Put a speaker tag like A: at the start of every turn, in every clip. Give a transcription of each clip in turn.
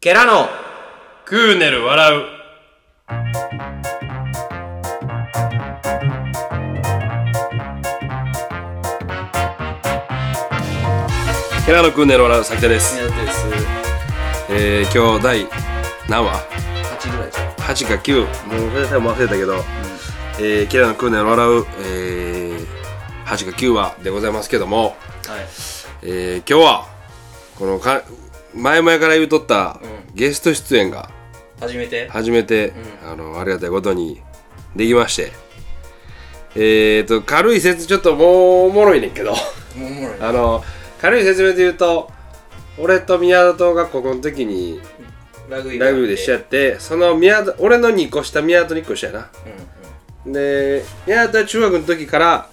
A: ケラの
B: クーネル笑う。ケラのクーネル笑う崎田です。
A: 宮田です
B: えー、今日第何話
A: 8ぐらいです
B: ?8 か9。もうこれ多分忘れたけど、えー、ケラのクーネル笑う、えー、8か9話でございますけども、
A: はい
B: えー、今日は、このか、前々から言うとった
A: う
B: ゲスト出演が、
A: 初めて
B: 初めて、あのありがたいことにできましてえー、と軽い説ちょっともうおもろいねんけど
A: もうおもろい
B: あの軽い説明で言うと俺と宮田とが高校の時に
A: ラグビー
B: ラグビーでしちゃってその宮田俺の2個下宮田と2個下やな
A: うんうん
B: で宮田は中学の時から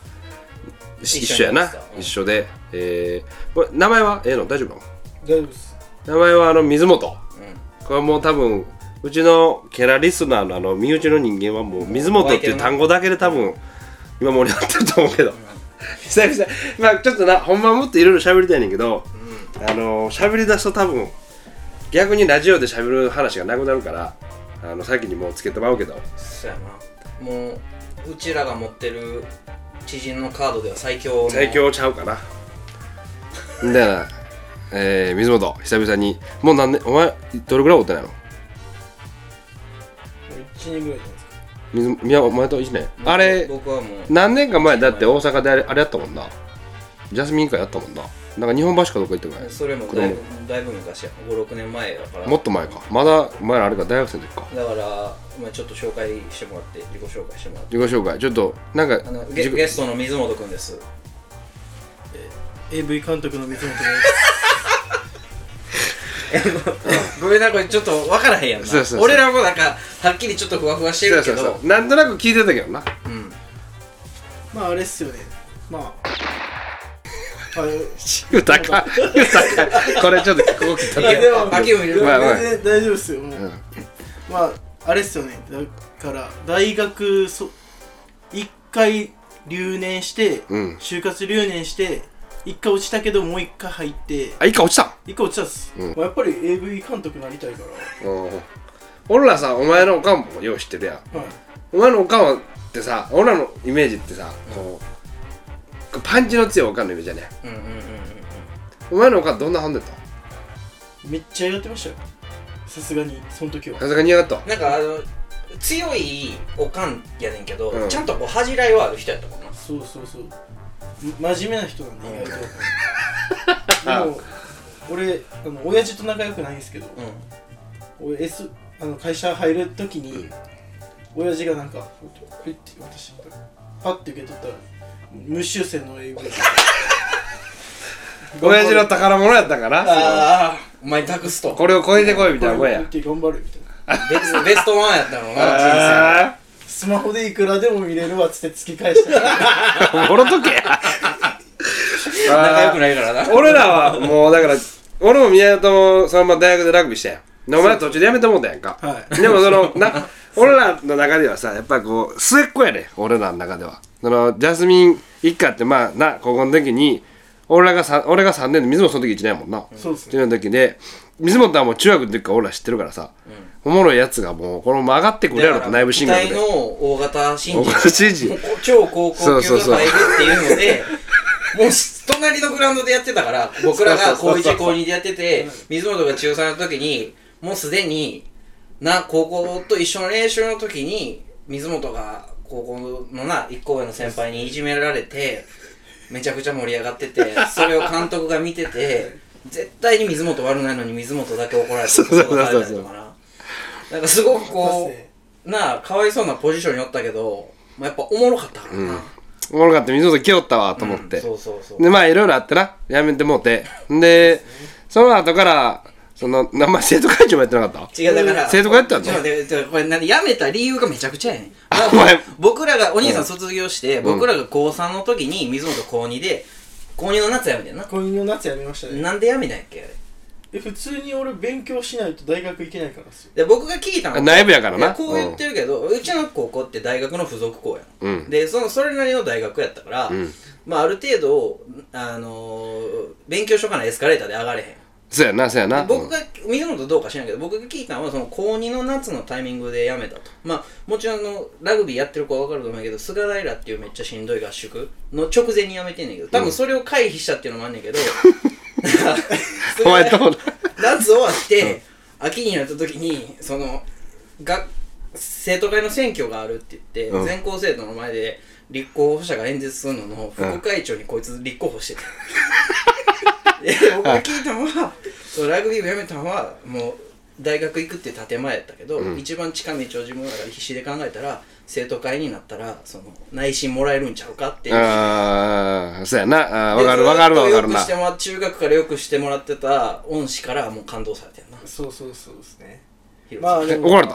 A: 一緒
B: 一
A: に
B: 緒やな
A: やっ
B: 一
A: て
B: 緒,、
A: たうん
B: で、えー、これ名前はええの大丈夫なの
A: 大丈夫です
B: 名前はあの水本
A: うん
B: これはもう多分うちのケラリスナーのあの身内の人間はもう水本っていう単語だけで多分今盛り上がってると思うけど久々まあちょっとなほんまはもっといろいろ喋りたいねんけどあの喋り出すと多分逆にラジオで喋る話がなくなるからあの先にもうつけてまうけど
A: そうやなもううちらが持ってる知人のカードでは最強の
B: 最強ちゃうかなみたいな、えー、水本久々にもう何年お前どれぐらい会ってないの
A: 1年ぐらいじゃないですか
B: 水いやお前と1年あれ
A: 僕はもう
B: 何年か前だって大阪であれあれやったもんなジャスミン会やったもんななんか日本橋かどっか行ってない
A: それもだいぶだいぶ昔や56年前だから
B: もっと前かまだお前らあれか大学生の時か
A: だから、まあ、ちょっと紹介してもらって自己紹介してもらって
B: 自己紹介ちょっとなんか
A: あのゲ
B: 自己
A: ゲストの水本くんです
C: AV 監督の水本です
A: ごめんなこれちょっと分からへんやんな
B: そうそうそう
A: 俺らもなんかはっきりちょっとふわふわして
B: そ
A: る
B: う
A: け
B: そ
A: ど
B: うそうなんとなく聞いてたけどな
A: うん
C: まああれっすよねまああれ
B: 豊か 豊かこれちょっとここ切った
A: い
B: ら
A: や
C: でも
A: 秋を見る、
B: まあまあ
C: 全然大丈夫っすよもう、
B: ん
C: まああれっすよねだから大学そ一回留年して、
B: うん
C: 就活留年して一回落ちたけどもう一回入って
B: あ一回落ちた
C: 一回落ちたっす、
B: うん
C: まあ、やっぱり AV 監督になりたいから
B: うん俺らさお前のおかんもよう知ってるやん
C: はい
B: お前のおかんはってさ俺らのイメージってさこうこうパンチの強いおかんのイメージやね
A: うんうんうんうんうん
B: お前のおかんどんな本でと
C: めっちゃやってましたよさすがにその時は
B: さすがにやがった
A: なんかあの強いおかんやねんけど、
B: うん
A: ちゃんとこう恥じらいはある人やったもんな
C: そうそうそうま真面目な人なんで意外とでも俺あの親父と仲良くないんですけど
A: う
C: 俺 S あの会社入る時に、親父がなんかこうやってこうやって私パッて受け取ったら無修正の英語 で
B: 親父の宝物やったから
A: ああお前託すと
B: これを超えてこいみたいなもん
C: 声や
B: や
C: って頑張るみたいな
A: ベスベストワンやったのな人
B: あ
C: スマホでいくらでも見れるわっつって突き返した
B: あもろとけや
A: 生仲良くないからな
B: 俺らはもうだから俺も宮田ともそのまま大学でラグビーしたやんでお前は途中でやめてもうたやんか、
C: はい
B: でもその な俺らの中ではさやっぱこう末っ子やね俺らの中ではそのジャスミン一家ってまあな高校の時に俺らがさ俺が3年で水本その時1年やもんな
C: そうですね
B: 1年の時で水本はもう中学の時から俺ら知ってるからさ、おもろいやつがもうこのまま上がってくれやろと内部進学
A: 期
B: で
A: 待の大型新
B: お
A: 人
B: かしいし
A: 超高校級が入るっていうのでもう隣のグラウンドでやってたから僕らが高1高2でやってて水本が中3の時にもうすでにな高校と一緒の練習の時に水本が高校のな一校上の先輩にいじめられてめちゃくちゃ盛り上がっててそれを監督が見てて絶対に水本悪ないのに水本だけ怒られて
B: そうそうそうそう
A: 怒られたりとかななんかすごくこ
C: ね
A: うなあかわいそうなポジションにおったけど、まあ、やっぱおもろかったからな、
B: おもろかった水本来よったわと思って、
A: そうそうそう
B: でまあいろいろあってなやめてもうてでその後からその名前生徒会長もやってなかった
A: 違うだから
B: 生徒会やったの
A: ちょっと待ってちょっとこれ何やめた理由がめちゃくちゃやねん
B: あお前
A: 僕らがお兄さん卒業して、僕らが高3の時に水本高2で高2の夏やめてんな、
C: 高2の夏やめましたね
A: なんでやめたんやっけあれ
C: で普通に俺勉強しないと大学行けないからっすよ
A: で僕が聞いたの
B: あ内部やからない
A: こう言ってるけど、うちの高校って大学の付属校やん、
B: うん
A: でそのそれなりの大学やったから、
B: ん
A: まあある程度あのー勉強しとかないエスカレーターで上がれへん
B: そうやなそうやな
A: 僕が水本とどうか知らんけど僕が聞いたのはその高2の夏のタイミングで辞めたとまあもちろんあのラグビーやってる子は分かると思うけど菅平っていうめっちゃしんどい合宿の直前に辞めてんねんけど多分それを回避したっていうのもあん ねんけど、
B: うんお前どうな
A: 夏終わって、秋になった時にそのが生徒会の選挙があるって言って、
B: うん
A: 全校生徒の前で立候補者が演説するのの副会長にこいつ立候補 してた、で僕が聞いたのはそのラグビー部やめたのはもう大学行くって建前やったけど、
B: うん
A: 一番近道を自分の中で必死で考えたら生徒会になったらその内心もらえるんちゃうかっていう
B: ああそうやなあーわ
A: で
B: かるわかるわかる
A: ず
B: な
A: っとよくしてもら中学からよくしてもらってた恩師からもう感動されてるな
C: そうそうそうですね
A: ヒロ
C: まあ
A: さん
C: でも
B: 怒られた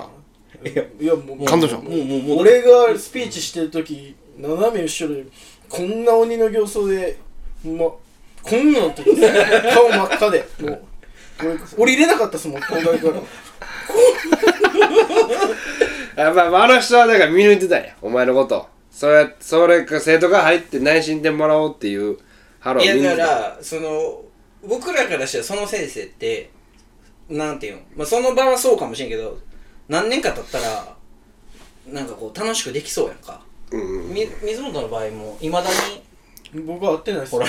C: いやいやもう
B: 感動した
A: もうもうもう
C: 俺がスピーチしてる時斜め後ろでこんな鬼の形相でほんまこんなんって 顔真っ赤でもう俺俺入れなかったっすもん東大から
B: やっぱまああの人はだから見抜いてたんやお前のことそれそれか生徒が入って内申点もらおうっていうハロー
A: いやだ
B: た
A: からその僕らからしたらその先生ってなんていうの、まあ、その場はそうかもしれんけど何年か経ったらなんかこう楽しくできそうやんか、
B: うん
A: み水本の場合もいまだに
C: 僕は会ってないっす
A: ほら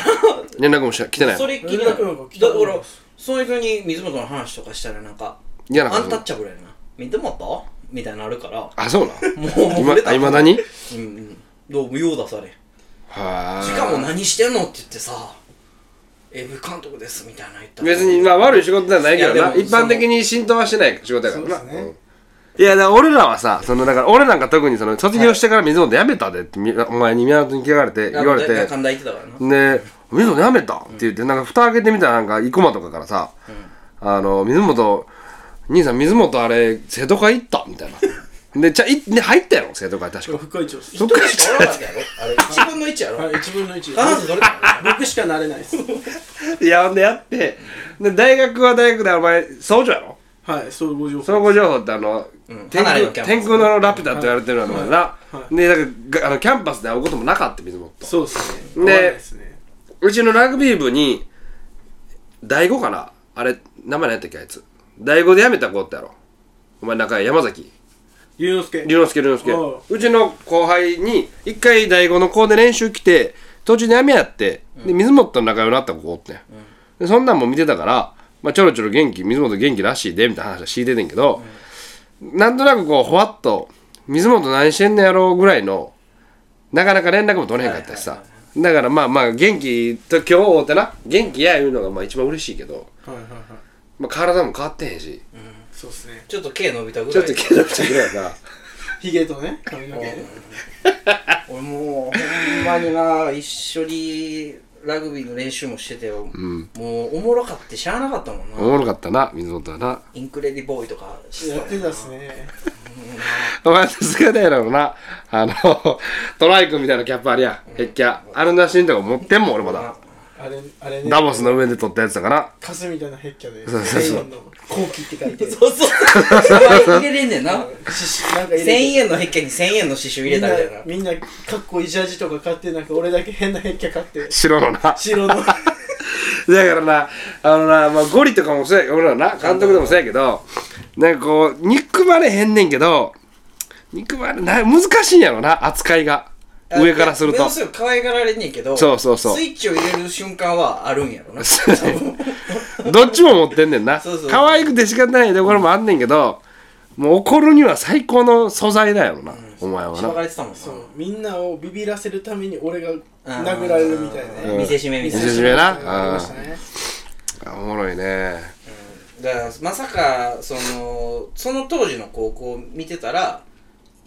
B: 連絡もし来てない
A: そ
B: の
A: れっきり
C: 連
A: な
C: 絡なん
A: の
C: か来た
A: だ
C: こと
A: か
C: ない
A: らそういうふうに水本の話とかしたらなんか
B: 嫌な
A: アンタ
B: 感
A: ッ
B: じ
A: チャブルやな水本みたいになるからも
B: あそうな
A: う
B: 今
A: 俺た
B: いまだに
A: うんうんどうも用出されん
B: はあ
A: しかも何してんのって言ってさ「エブ監督です」みたいな言ったら
B: 別にまあ悪い仕事ではないけど
A: いや
B: な
A: でも
B: 一般的に浸透はしてない仕事やからな
C: そうですね
B: うんいやだから俺らはさそのだから俺なんか特にその卒業してから水本辞めたでってみお前に港に聞かれて言われて
A: 神田言ってたからな
B: で「水本やめた」って言ってなんか蓋開けてみたらなんか生駒とかからさ「あの水本兄さん水本あれ生徒会行った」みたいな。で、じゃあ、いで入ったやろ、生徒会確か。
C: 副会長っす
A: 一人しかおらなかったやろあれ1分の1やろ
C: はい1分の1
A: あなたどれだ
C: 僕しかなれないっす
B: いや、ほんでやって、で、大学は大学で、お前、総長やろ
C: はい総合情報
B: 総合情報ってあの、
A: うん
B: 天
A: 離れ
B: 空
A: のキャンパス
B: 天空のラピュタって言われてるのもな、
C: は
B: でだからがあのキャンパスで会うこともなかった水本と
C: そうっすね
B: で
C: 会わないっすね
B: うちのラグビー部に第5かなあれ名前何やったっけあいつ第5で辞めた子ってやろお前仲良い山崎
C: 龍之介
B: 龍之介龍之介
C: ああ
B: うちの後輩に一回第5の子で練習来て途中で辞めやってで水本と仲良くなった子おってん、でそんなんも見てたから、まあ、ちょろちょろ元気水本元気らしいでみたいな話は聞いててんけど、なんとなくこうほわっと水本何してんのやろうぐらいのなかなか連絡も取れへんかったしさ、だからまあまあ元気と今日会うてな元気やいうのがまあ一番嬉しいけど、
C: はいはいはい
B: まあ、体も変わってへんし、
C: そうっすね
A: ちょっと毛伸びたぐ
B: ちょ
A: ら
B: っと
A: い
B: 気になってくれや な
C: ヒゲとね髪の毛ね
A: 俺もうほんまにな一緒にラグビーの練習もしててよもうおもろかって知らなかったもん
B: お
A: な
B: もろかったな水本はな
A: インクレディボーイとかしてた
C: や
A: も
C: っ
A: ん
C: てたっすね
B: お前さすがだよな。あの、トライ君みたいなキャップありや。ヘッキャ。あれの写真とか持ってんもん、俺まだ。
C: あれあれね
B: ダボスの上で撮ったやつだから。
C: カスみたいなヘッキャで
B: そうそうそう
C: 1000円の後期って書いて
A: そうそう入れれんねん な
C: なんか入れ
A: 1000
C: て
A: 円の壁に1000円の刺繍入れたみたいな
C: みんなみんなかっこいいジャージとか買ってなんか俺だけ変なヘッキャ買って
B: 白のな。だか
C: 白の
B: らな、あのな、まあ、ゴリとかもそうや、俺らな、監督でもそうやけど、なんかこう、憎まれへんねんけど、憎まれ、な、難しいんやろな、扱いが。上からする
A: 上
B: と
A: か。ら可愛がられんねんけど
B: そうそうそう
A: スイッチを入れる瞬間はあるんやろな
B: どっちも持ってんねんな
A: そうそう。
B: 可愛くて仕方ないところもあんねんけど、もう怒るには最高の素材だよな、お前は
A: しばか
B: な。
A: れてたもんな
C: そうみんなをビビらせるために俺が
A: うん
C: 殴られるみたいな
A: うん
C: ね
A: 見せしめみたい
B: 見
A: な
B: せしめな
C: ありましたね
B: おもろいね。
A: だからまさかそのその当時の高校を見てたら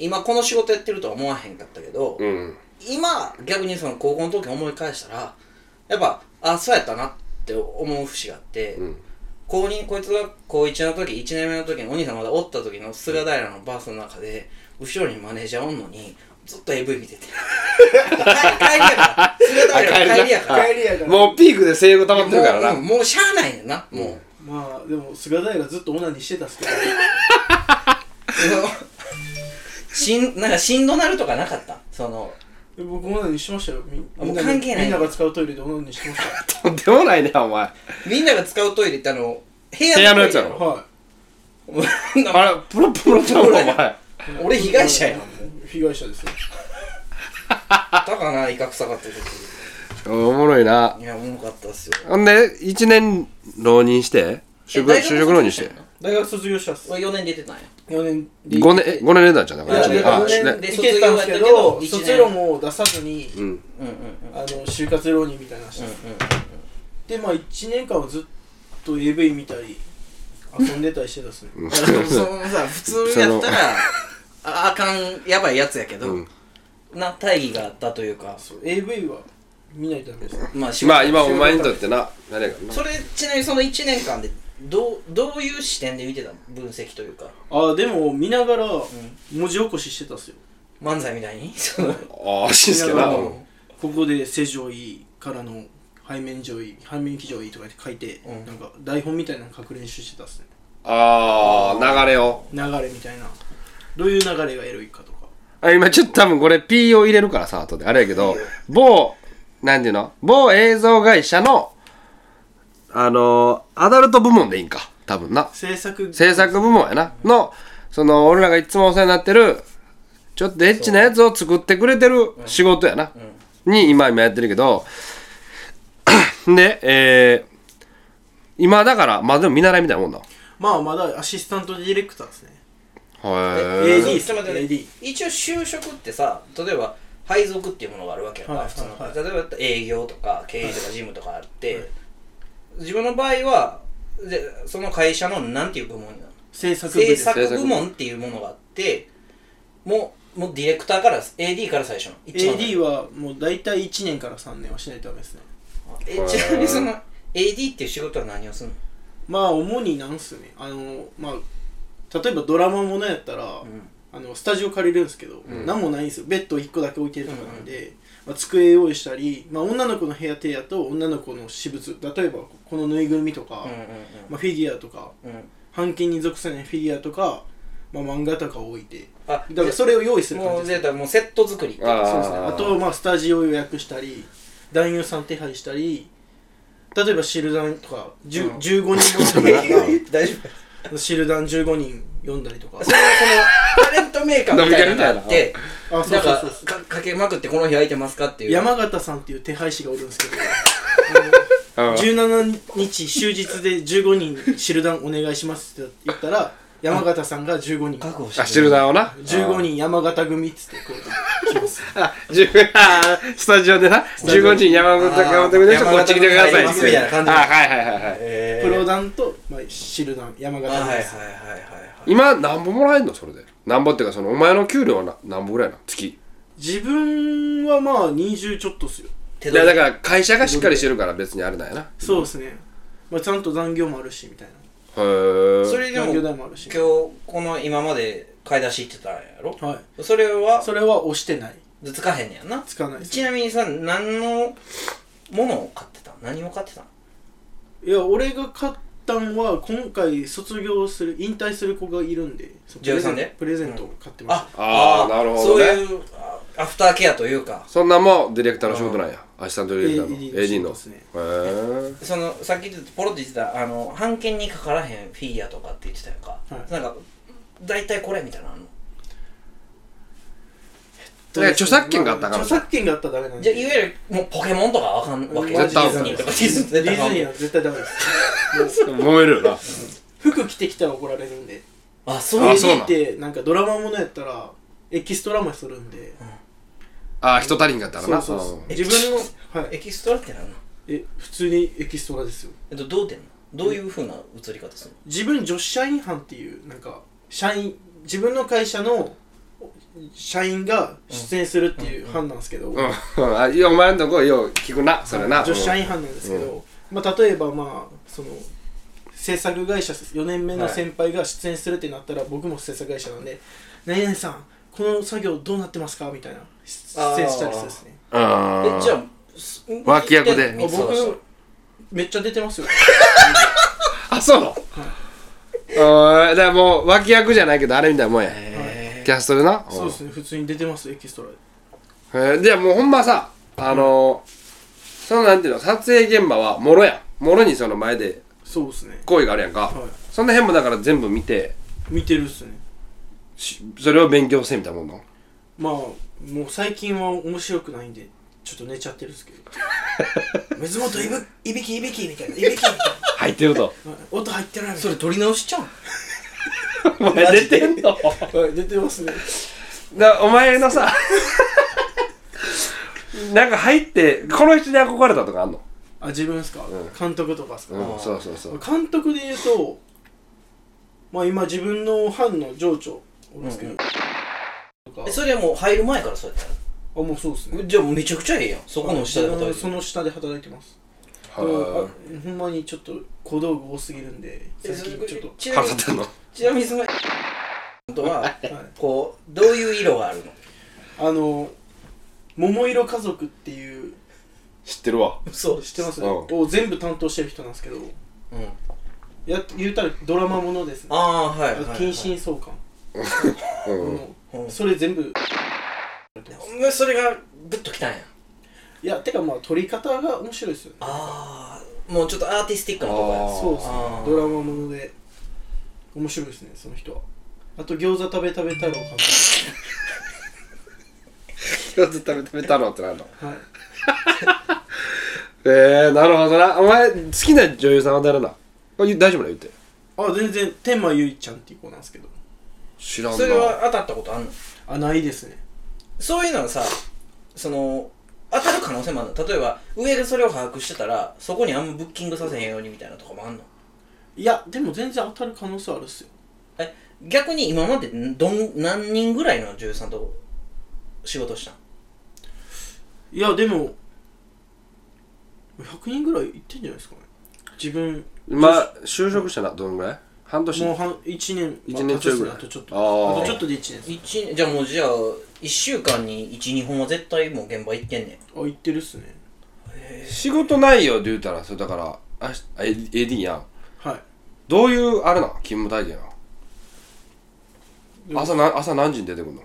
A: 今この仕事やってるとは思わへんかったけど、
B: うん。
A: 今逆にその高校の時思い返したらやっぱあそうやったなって思う節があって、
B: うん
A: 高2こいつが高1の時1年目の時にお兄さんまだおった時の菅平のバースの中で後ろにマネージャーおんのにずっと AV 見てて帰りやから菅平の帰りやから
C: 帰りやから
B: もうピークで声優が溜まってるから
A: もう
B: な。
A: もうしゃあないねんなもう、
C: まあでも菅平ずっとオナニーしてたっすけ ど
A: そのしんなんかしんどなるとかなかったその
C: え僕オナニーしてましたよみ
A: あ
C: み
A: も
C: ん
A: う
C: な
A: 関係ない
C: みんなが使うトイレでオナニーしてまし
B: とんでもないねお前
A: みんなが使うトイレってあの、部屋
B: 部屋のやつや
C: た
B: ろ
C: は
B: あれプロプロちゃんお前
A: 俺 被
C: い
A: 害者やん。
C: 被害者ですよ
A: だからな、威嚇さがってる時。
B: おもろいない
A: や、おもろかったっすよ。
B: ほんで1年浪人して就職
A: え大
B: 就
A: 学の
B: 職浪人して
C: 大学卒業したっす
A: 俺4年出てたんや。
C: 4年で
B: 5年え五年出たんじゃんだから
A: いやい
B: 1年
A: や
B: あ
A: 五年
B: しね
A: で
C: いけたんですけど卒論も出さずに
B: うん
A: うんうんうん。
C: あの就活浪人みたいな話
A: うんうん
C: でまあ1年間はずっと AV 見たり遊んでたりしてたっすね
B: うん
A: だからそのさ、普通やったら、ああかん、やばいやつやけど、
B: うん
A: な、大義があったというか、
C: そう AV は見ないとダメですね
A: まあ、仕事
B: まあ今お前にとってな何やかな
A: それ、ちなみにその1年間で、どう、どういう視点で見てたの分析というか、
C: ああでも見ながら文字起こししてたっすよ
A: 漫才みたいにその
B: ああしんすけな
C: う
B: うん
C: んここで正常位からの背面上位背面騎乗位とかって書いて、
A: うん
C: なんか台本みたいなの書く練習してたっすね
B: ああ流れを
C: 流れみたいなどういう流れがエロいかとか
B: あ今ちょっと多分これ P を入れるからさ後であれやけど某なんていうの某映像会社のあのーアダルト部門でいいんか多分な
C: 制作
B: 制作部門やなのその俺らがいつもお世話になってるちょっとエッチなやつを作ってくれてる仕事やな、に今今やってるけど でえー今だからまあでも見習いみたいなもんなへ
C: まあまだアシスタントディレクターですね
B: え
C: AD
A: ちょっと待って
C: AD
A: 一応就職ってさ例えば配属っていうものがあるわけやから、
C: はい
A: 普通の、
C: はい
A: 例えばだったら営業とか経営とか事務とかあって、自分の場合はでその会社のなんていう部門になる
C: 制作部
A: 制
C: です
A: 作部門っていうものがあってもうもうディレクターから AD から最初の一番
C: AD はもう大体1年から3年はしないとダメですね
A: えちなみにその AD っていう仕事は何をするの
C: まあ主になんすよねあのまあ例えばドラマものやったら、あのスタジオ借りるんですけど、何もないんですよベッド1個だけ置いてるとかなんで、まあ、机用意したり、まあ、女の子の部屋手やと女の子の私物例えばこのぬいぐるみとか、
A: うんうん
C: まあ、フィギュアとか
A: うんうん
C: 半径に属さないフィギュアとか、まあ、漫画とかを置いて
A: あ
C: だからそれを用意する感
A: もう
C: じです
A: ゼータもうセット作りっていう
B: あー
C: そうですねあと、まあ、スタジオを予約したり男優さん手配したり例えばシルダンとか、じゅ
A: うん
C: 15
B: な
C: 人分の
A: 大丈夫
C: シルダン15人読んだりとか
A: それそのタレントメーカーみたいなのがあって
C: あ
A: なんかかかけまくってこの日空いてますかっていう
C: 山形さんっていう手配師がおるんですけ ど
B: うん
C: 17日終日で15人シルダンお願いしますって言ったら山形さんが15人
A: 確保して
B: あしてるだろうな
C: 15人山形組っつってこう来 ます
B: あ10あースタジオでな15人山本監督でちょっとこっち来てくださいっつって
A: 山本君
B: あはいはいはいはい
A: え
C: プロダンと、まあ、シルダン山
A: ー
C: 形
A: あはいはいは
C: 組
A: い
C: です
A: はいはい
B: 今何ぼもらえんのそれで何ぼっていうかそのお前の給料はな何ぼぐらいなの月
C: 自分はまあ20ちょっとっすよ
A: 手
B: いや
A: 取
B: だ
A: り
B: から会社がしっかりしてるから別にあれなんやなへ
C: そうですね、まあ、ちゃんと残業もあるしみたいな
A: そ
B: え
A: れでも
C: 残業代
A: 今
C: もあるし
A: 日この今まで買い出し行ってたんやろ
C: は
A: それ
C: い
A: は
C: それは押してない
A: つかへんねやな
C: つかないです
A: ちなみにさ何のものを買ってたの何を買ってたの
C: いや俺が買ったんは今回卒業する引退する子がいるんでそうプレゼン
A: 13で
C: プレゼントを買ってまし
A: あ
C: た、
B: あーなるほどね
A: そういうあアフターケアというか
B: そんなんもディレクターの仕事なんやアシスタントディレクタ
C: AD
B: ーの
C: の仕事
B: AD のへえ
A: そのさっき言ってポロって言ってたあの版権にかからへんフィギュアとかって言ってたやんか、
C: はい
A: なんか大体これみたいなのあんの
B: だから著作権があったから
C: 著作権があったらダメなん
A: じ
C: で
A: ゃあいわゆるもうポケモンとかわかんわけ
C: うん
B: 絶対わかんな
A: ディズニー
B: い
A: とかディズニー
C: ディ
A: 絶
C: ズ
A: 対わかん
C: ニ
A: ない
C: ーは絶対ダメです
B: 揉めるよな
C: 服着てきたら怒られるんで
A: あそう
B: あ
A: いう
B: そうなん
C: AD ってなんかドラマものやったらエキストラもするんで
B: あー人足りんかったら
C: そう
B: な
C: そうそう
B: うん
C: 自分の、はい、
A: エキストラってなんなの
C: え普通にエキストラですよ
A: えっとどう出んのどういうふうな映り方する
C: 自分女子社員班っていうなんか社員自分の会社の社員が出演するっていう班なんですけど、
B: うんあいやお前んとこよう聞くなそれな
C: 女子社
B: 員
C: 員班なんですけど、まあ、例えばまあその制作会社4年目の先輩が出演するってなったら、僕も制作会社なんで「何々さんこの作業どうなってますか?」みたいな出演したりするんですね
A: の
B: あ
A: えじゃあ
B: 脇役で
A: 見
C: あ
A: つけたの見つけ出したの
C: 僕めっちゃ出てますよ
B: あそうなのあーだからもう脇役じゃないけどあれみたいなもんや
A: へ
B: キャストでな
C: そうですね普通に出てますエキストラで
B: えーじゃあもうほんまさあのーそのなんていうの撮影現場はもろやんもろにその前で
C: そうっすね
B: 行為があるやんか、
C: は
B: その辺もだから全部見て
C: い見てるっすね
B: しそれを勉強せみたいなもんの
C: まあもう最近は面白くないんでちょっと寝ちゃってるんです けど水元いぶいびきいびきみたいないびきみたい
B: 入ってると
C: な音入ってないみた
A: そ
C: い
A: れ撮り直しちゃう
B: お前出てんの
C: なはい出てますね
B: だお前のさなんか入ってこの人に憧れたとかあんの、
C: あ自分ですか、
B: うん
C: 監督とかですか、
B: うん、そうそうそう
C: 監督で言うとまあ今自分の班の上長おるんですけど、とか
A: えそれはもう入る前からそうやった
C: あもうそうですね
A: のじゃあめちゃくちゃええやんそこの下で働いて
C: そ
A: る
C: の下で働いてますでも
B: は
C: あほんまにちょっと小道具多すぎるんで
A: え
C: 最
A: そ
C: 近ちょっ
A: れ
C: と
A: ち
B: い
A: な
B: 腹
A: みに
B: 立ってんの
A: ちなみにそのとは
C: はい
A: こうどういう色があるの
C: あの「桃色家族」っていう
B: 知ってるわ
A: そう
C: 知ってます、
B: うん
C: を全部担当してる人なんですけど
A: うん
C: や言うたらドラマものですね
A: ああーはい
C: あ
A: はいはい
C: 謹慎相関
B: うん
C: の
A: うん
C: それ全部
A: お前それがグッときたんや
C: いやてかまあ撮り方が面白いですよね
A: ああもうちょっとアーティスティックなとこ
B: あ
A: や
B: ー
C: そうですね
A: あー
C: ドラマもので面白いですねその人はあと餃子食べ食べ太郎監
B: 餃子食べ食べたのってなるの
C: 督はい
B: えー、なるほどなお前好きな女優さんは誰なこれ大丈夫な言って
C: あ全然天満ゆいちゃんっていう子なんですけど
B: 知ら
A: それは当たったことあんの
C: あないですね
A: そういうのはさその当たる可能性もあるの例えば上でそれを把握してたらそこにあんまブッキングさせへんようにみたいなとこもあんの
C: いやでも全然当たる可能性あるっすよ
A: え逆に今までどん何人ぐらいの女優さんと仕事したん
C: いやでも100人ぐらい行ってんじゃないですかね自分
B: まあ就職したなどのぐらい半年
C: もう半1年
B: 一年ちょいぐらい
C: あとちょっと
B: あー
C: あとちょっとで1年です
A: 一じゃあもうじゃあ1週間に12本は絶対もう現場行ってんねん
C: あ行ってるっすね
B: 仕事内容で言うたらそれだからあしあ AD AD やん
C: はい
B: どういうあれな勤務体験
C: で
B: な
C: も
B: 朝な朝何時に出てくるの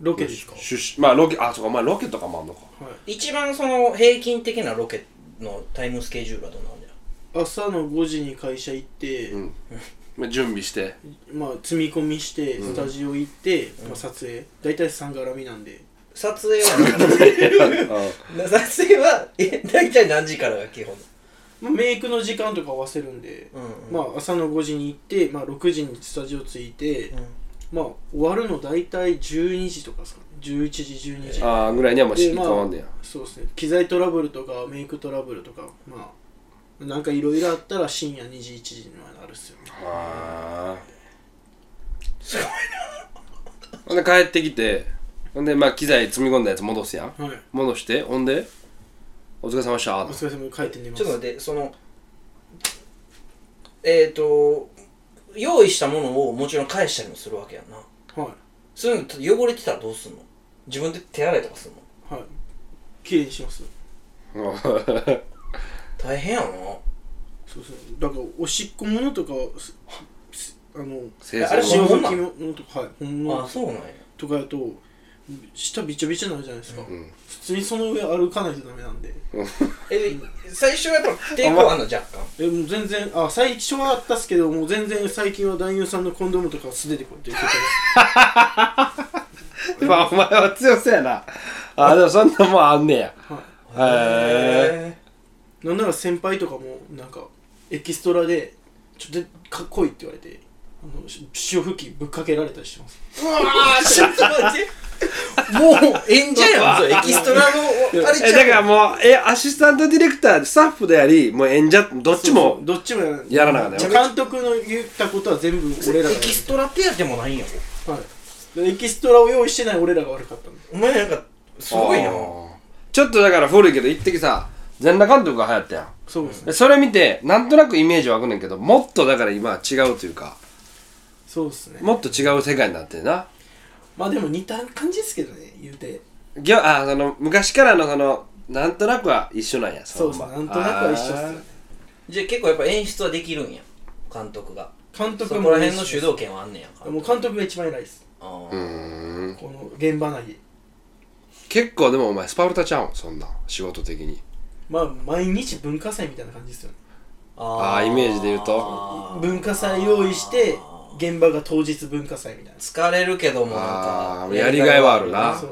C: ロケですか
B: 出資まあロケあそうかお前ロケとかもあんのか
C: はい
A: 一番その平均的なロケのタイムスケジュールはどんなんだよ
C: 朝の5時に会社行って、
B: うんまあ準備して
C: まあ積み込みしてスタジオ行って、まあ、撮影大体3絡みなんで
A: 撮影は 撮影はえ大体何時からが基本
C: まあ、メイクの時間とか合わせるんで、
A: うん
C: まあ朝の5時に行って、まあ、6時にスタジオ着いて、まあ終わるの大体12時とかですかね11時12時、
B: ああぐらいにはもう
C: で
B: 仕切り変わんねや、
C: そうですね機材トラブルとかメイクトラブルとかまあなんかいろいろあったら深夜2時1時にはなるっすよね
B: はあすごいなほんで帰ってきてほんでまあ機材積み込んだやつ戻すやん
C: はい
B: 戻してほんでお疲れ様でした
C: お疲れ様帰って寝ます
A: ちょっと待ってそのえっ、と用意したものをもちろん返したりもするわけやんな
C: は
A: そういうの汚れてたらどうすんの自分で手洗いとかすんの
C: いはい綺麗にします
A: 大変やな
C: そうそうだからおしっこものとかすすあの
B: 清掃
A: あれ
C: 潮
A: 本
C: 吹
A: 物
C: きものとかはい本
A: あ
C: 物
A: そうなんや
C: とかやと下びちゃびちゃになるじゃないですか、
B: ん
C: 普通にその上歩かないとダメなんで
A: え最初はやっぱ抵抗あんの若干
C: えもう全然あ最初はあったっすけどもう全然最近は男優さんのコンドームとか素手でこうやって受け て
B: まあお前は強そうやなあーでもそんなもんあんねや
C: ます、は
B: へえ
C: い、なんなら先輩とかもなんかエキストラで「ちょっとかっこいい」って言われてあのし潮吹きぶっかけられたりしてます
A: うわーちょっと待ってもう演者やんそれエキストラのあれちゃ
B: え
A: う
B: だからもうえアシスタントディレクタースタッフでありもう演者どっち
C: そうそ
B: も
C: うどっちもやらない
B: やらなあかんね
C: 監督の言ったことは全部俺らが
A: エ
C: やる
A: キストラ手当てもないんやろ
C: はい、エキストラを用意してない俺らが悪かったんで
A: お前なんかすごいな
B: あーちょっとだから古いけど一時さ全裸監督が流行ったやん
C: そうですね、
B: でそれ見てなんとなくイメージ湧くねんけどもっとだから今は違うというか
C: そうですね
B: もっと違う世界になってるな
C: まあでも似た感じですけどね言うて
B: ぎょあその昔からのそのなんとなくは一緒なんや
C: そうですね
B: の
C: な
B: ま
C: ん
B: ま
C: となくは一緒っすよね
A: じゃあ結構やっぱ演出はできるんや監督が
C: 監
A: そ
C: 督
A: こら辺の主導権はあんねや
C: もう監督が一番偉いです
A: あー
B: あーうーん
C: この現場内で
B: 結構でもお前スパルタちゃうんそんなん仕事的に
C: まあ毎日文化祭みたいな感じですよね
B: あーイメージで言う と
C: 文化祭用意して現場が当日文化祭みたいな
A: 疲れるけどもなん
B: あ
A: か
B: ーやりがいはあるな
C: そ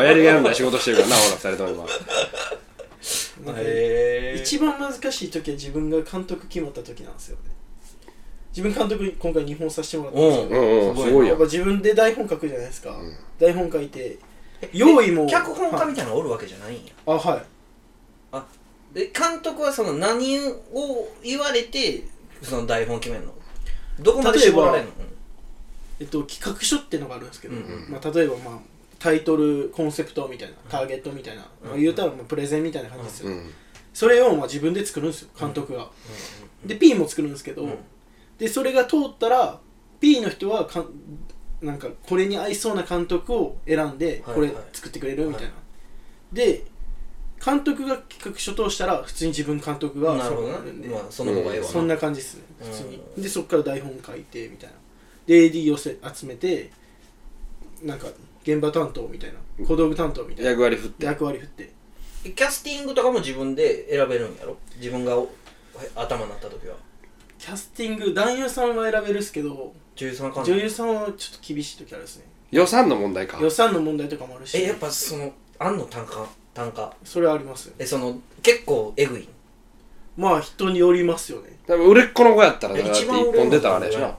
C: う
B: やりがいあるんだ仕事してるからなほら二人とも今
C: なんか
A: へえ
C: 一番難しい時は自分が監督決まった時なんですよね自分監督に今回日本させてもらったんですけど、
B: うんうんす
A: す
B: ご
A: ご
B: い
A: い
B: や
C: やっ
B: ん
C: ぱ自分で台本書くじゃないですか、台本書いて用意も
A: 脚本家
C: はい
A: みたいなのおるわけじゃないんや
C: あはい
A: で監督はその何を言われてその台本決めるのどこまで絞られるの
C: えっと、企画書ってのがあるんですけど、
A: うん
B: う
C: まあ、例えば、まあ、タイトルコンセプトみたいなターゲットみたいな、
A: うん
C: まあ、言うたらまあプレゼンみたいな感じですよ、
B: うん
C: それをまあ自分で作るんですよ監督が、で P も作るんですけど、
A: うん
C: でそれが通ったら P の人はかんなんかこれに合いそうな監督を選んで
A: はい
C: これ作ってくれるみたいな、で監督が企画書通したら普通に自分監督が
A: なるほど
C: そう
A: な
C: なるんで、
A: まあその方がええわ
C: そんな感じですね
A: うん
C: 普通に、でそっから台本書いてみたいなで AD 寄せ集めてなんか現場担当みたいな小道具担当みたいな
B: 役割振っ
C: で
B: て
C: 役割振って
A: キャスティングとかも自分で選べるんやろ自分がお頭になった時は
C: キャスティング男優さんは選べるっすけど
A: 女優さんか
C: 女優さんはちょっと厳しい時あるですね
B: 予算の問題か
C: 予算の問題とかもあるし
A: えやっぱそのあんの単価単価
C: それはありますよね
A: えその結構えぐい
C: まあ人によりますよね
B: 多分売れっ子の子やったらだ
A: え
B: からだっ
A: 一
B: て一
A: 番
B: 本出たらあれやしなへ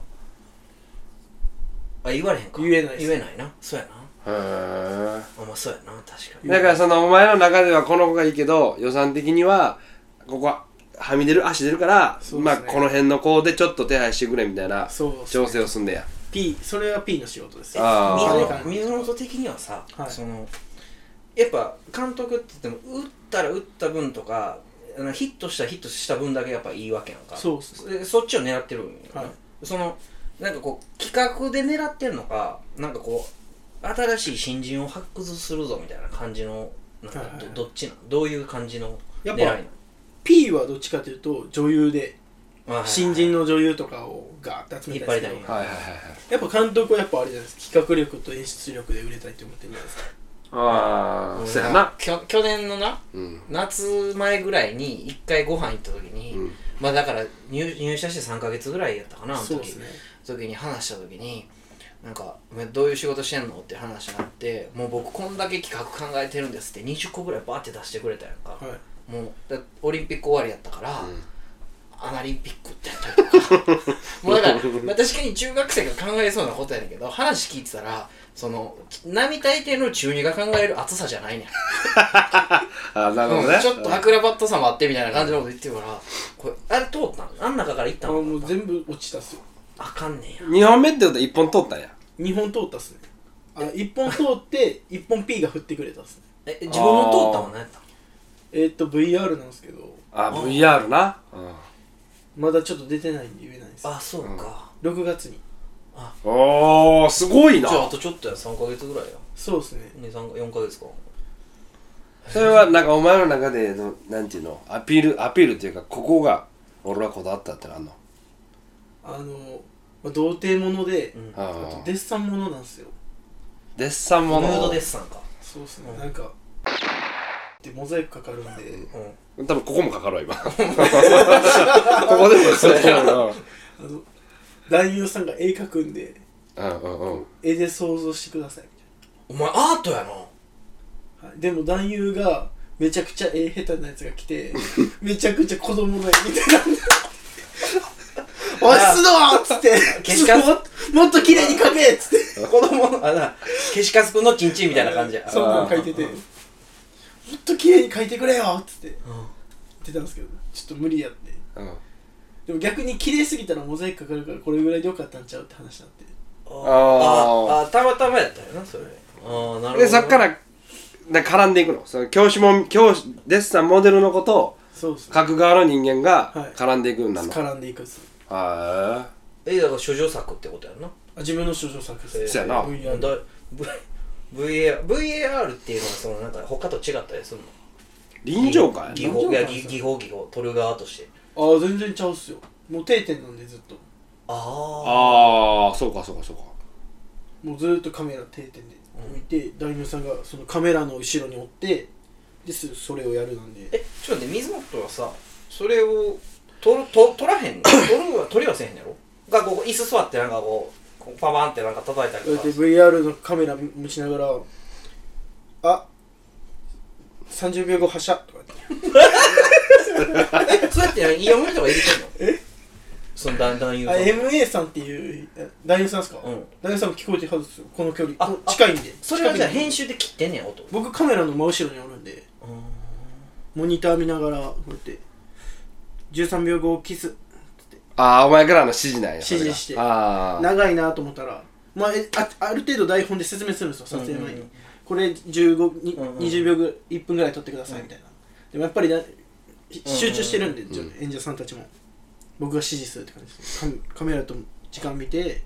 A: あ言われへんか
C: 言えないっす
A: 言えないなそうやな
B: え
A: あまあそうやな確かに
B: だからそのお前の中ではこの子がいいけど予算的にはここははみ出る足出るから、
C: そうで
B: ますあ
C: ね
B: この辺の子でちょっと手配してくれみたいな
C: そうっすね
B: 調整をすんねや
C: P それは P の仕事です
A: え
C: よ
B: あー
A: 水本水本的にはさ、
C: はい
A: そのやっぱ監督って言っても打ったら打った分とかあのヒットしたらヒットした分だけやっぱいいわけやんか
C: そうっす
A: でそっちを狙ってるんよね、
C: はい
A: そのなんかこう企画で狙ってんのかなんかこう新しい新人を発掘するぞみたいな感じのなんか
C: はいはいはい
A: どどっちなのどういう感じの
C: や
A: 狙
C: っ
A: いな
C: ぱ
A: の
C: P はどっちかというと女優で
A: はいはいはい
C: 新人の女優とかをガーッて集めたりする
A: 引っ張りた
B: はいはいはいはい
C: やっぱ監督はやっぱあれじゃないですか企画力と演出力で売れたいって思ってるんじゃないですか
B: ああそうやな
A: きょ去年のな
B: うん
A: 夏前ぐらいに一回ご飯行った時に、
B: うん
A: まあだから入入社して3か月ぐらいやったかなあの時
C: そうですね
A: 時に話した時になんか「お前どういう仕事してんの?」って話になって「もう僕こんだけ企画考えてるんです」って20個ぐらいバーって出してくれたやんか、
C: はい
A: もうだオリンピック終わりやったから、
B: ん
A: アナリンピックってやったりとかもうだから、まあ、確かに中学生が考えそうなことやねんけど話聞いてたらその並大抵の中二が考える暑さじゃないねん
B: あーなるほど
A: う
B: ね
A: んちょっとアクロバットさもあってみたいな感じのこと言ってるからこれあれ通ったんあん中から行っ
C: あ
A: たの
C: もう全部落ちたっすよ
A: あかんねんや
B: 2本目ってことは1本通ったんや
C: 2本通ったっすねあ1本通って1本 P が振ってくれたっすね
A: え自分も通ったもん何やったの
C: えーっと VR なんですけど
B: あ VR なうん
C: まだちょっと出てないんで言えないです
A: あそうか、
C: 6月に
B: おーすごいな
A: じゃああとちょっとや3ヶ月ぐらいや
C: そうですね
A: 2 3 4ヶ月か
B: それはなんかお前の中でのなんていうのアピールアピールっていうかここが俺はこだわったってのあんの
C: あの、まあ、童貞もので、
A: うん
B: あ
C: あと
B: ー
C: デッサンものなんですよ
B: デッサンも
A: ムード
B: の
A: デッサンか
C: そうです
A: う
C: ね
A: ん
C: なんかでモザイクかかるんで
A: うん
B: 多分ここもかかるわ今 ここでもそう
C: あの男優さんが絵描くんで
B: うんうんうん
C: 絵で想像してください
A: お
C: み
A: 前アートやな
C: たいな、はい、でも男優がめちゃくちゃ絵下手なやつが来 てめちゃくちゃ子供の絵みたいなんで「おいすの!」っつ って
A: 消しカス
C: もっともっと綺麗に描け!」っつって
A: 子供のあだ消しカス君のチンチンみたいな感じや
C: そんなの描いてて「もっと綺麗に描いてくれよ!」っつって
A: うん
C: 言ってたんですけどちょっと無理やって
B: うん
C: でも逆に綺麗すぎたらモザイクかかるからこれぐらいでよかったんちゃうって話になって
A: あー
B: あ
A: あーたまたまやったよなそれああなるほどね
B: でそっからなんか絡んでいくのその教師も教師デッサンモデルのことを
C: そうですね
B: 書く側の人間が
C: はい
B: 絡んでいくようになるの
C: 絡んでいくっす
B: は
A: えだから処女作ってことやんな
C: あ自分の少女作です
B: そうやな
C: VR
A: だ VAR, VAR っていうのはそのなんか他と違ったりするの
B: い臨場感
A: 技
B: や
A: 法いや
C: 臨場感です
A: 技
C: よ
A: 技法技法取る側として
C: あー全然ちゃうっすよもう定点なんでずっと
A: ああ
B: ああそうかそうかそうか
C: もうずーっとカメラ定点で置いて、大名さんがそのカメラの後ろにおってですそれをやるなんで
A: えちょっと待って水本はさそれを取る取取らへん の取るは取りはせへんやろがここ椅子座ってなんかこうこうパバンってなんか叩いたり
C: こう
A: と
C: やっ
A: か
C: て VR のカメラ持ちながら「あ30秒後発射」とか言って
A: えそうやって何イオンとか入れてんのえそのだんだん言う
C: あ
A: と
C: MA さんっていうえ男優さんですか、
A: うん
C: 男優さんも聞こえてるはずですよこの距離
A: あ
C: こ
A: あ
C: 近いんで
A: それはじゃあ
C: 近いんで
A: 編集で切ってんねん音
C: 僕カメラの真後ろにおるんでモニター見ながらこうやって13秒後キス
B: ああお前からの指示なんやそれが
C: 指示して
B: ああ
C: 長いなと思ったら、まあ、えあある程度台本で説明するんですよ撮影前に、
A: うんうんうん
C: これ15に、
A: うんうん
C: 20秒ぐらい1分ぐらい撮ってくださいみたいな、でもやっぱりな集中してるんで、じゃ演者さんたちも僕が指示するって感じですカカメラと時間見て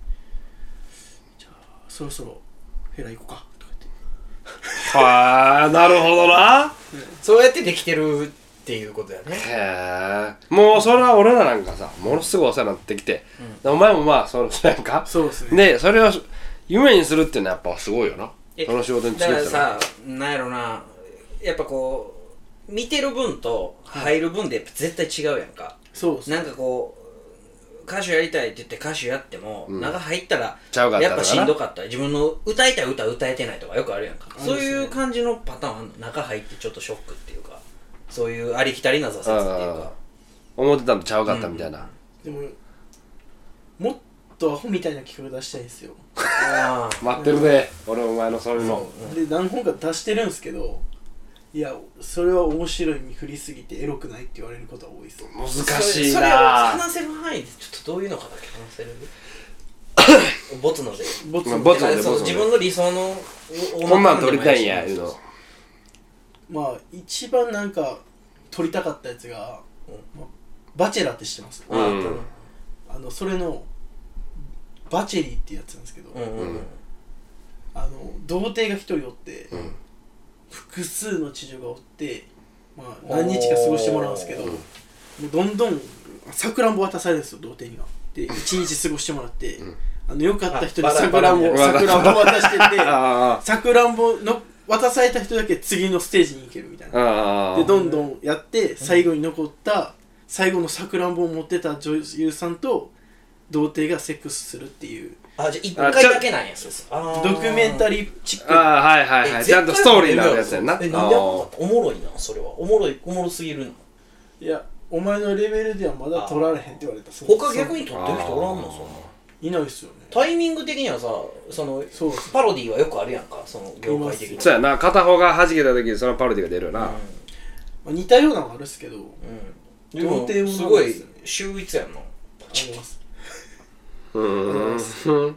C: じゃあそろそろフェラ行こうかとか
B: はあなるほどな
A: そうやってできてるっていうことやね
B: へえもうそれは俺らなんかさものすごいお世話になってきて、お前もまあそのなんか
C: そうですね
B: ねそれを夢にするっていうのはやっぱすごいよな
A: え
B: その仕事につい
A: だ
B: て
A: か
B: は
A: らさなんやろなやっぱこう見てる分と入る分でやっぱ絶対違うやんか、
C: そうですね
A: なんかこう歌手やりたいって言って歌手やっても、中入ったら
B: ちゃうかったと
A: や
B: か
A: っぱ
B: な
A: しんどかったり自分の歌いたい歌歌えてないとかよくあるやんか、
C: あるっす
A: そ
C: ね
A: ういう感じのパターンあんの中入ってちょっとショックっていうかそういうありきたりな挫折っていうか
B: 思ってたのちゃうかったみたいな、
C: でももっとアホみたいな企画出したいんですよ
A: あ
B: 待ってるね、俺お前のそういうの
C: で何本か出してるんですけどいやそれは面白いに振りすぎてエロくないって言われることは多いです
B: 難
A: ー
B: しい
A: それそれを
B: な
A: 話せる範囲でちょっとどういうのかだけ話せるボツので
C: ボツ
B: ボツ
A: だか
B: ので
A: らその
B: ボツので
A: 自分の理想のお
B: こんなん撮りたいんや
A: そ
B: いう
A: うそう
B: の
C: まあ一番なんか撮りたかったやつが
A: うん
C: 「まあバチェラ」って知ってます
A: あー
B: うん
C: あのそれの「バチェリー」ってやつなんですけど、
A: うんうんうん
C: あの童貞が一人おって、複数の知女がおって、まあ、何日か過ごしてもらうんですけど
A: おー
C: もうどんどんさくらんぼ渡されるんですよ童貞には。で一日過ごしてもらって、あのよかった人に
A: あバラ
C: さくらんぼ
A: バ
B: ラ
C: さくらんぼ渡してて
B: あ
C: さくらんぼの渡された人だけ次のステージに行けるみたい
B: あ
C: な。
B: ああ
C: でどんどんやって最後に残った最後のさくらんぼを持ってた女優さんと童貞がセックスするっていう
A: あじゃあ一
B: あ
A: 回だけなんやド
C: ドキュメンタリーチック
B: あ
C: な
B: あはいはいはいちゃんとストーリーのあるやつやんなあ
A: えなんであかんか
B: ー
A: ったおもろいなそれはおもろいおもろすぎるない
C: やお前のレベルではまだ取られへんって言われたそう
A: 他逆
C: に
A: に撮ってる人おらんのそんない
C: ないっすよね
A: タイミング的にはさその
C: そうです
A: パロディーはよくあるやんかその業界的に
B: そうやな片方が弾けた時にそのパロディが出るよな、
C: まあ似たようなのはあるっすけど
A: うんでも
C: 童貞も
A: すご
C: なん
A: い
C: ですね
A: 秀逸やんな
C: あります
B: うんうん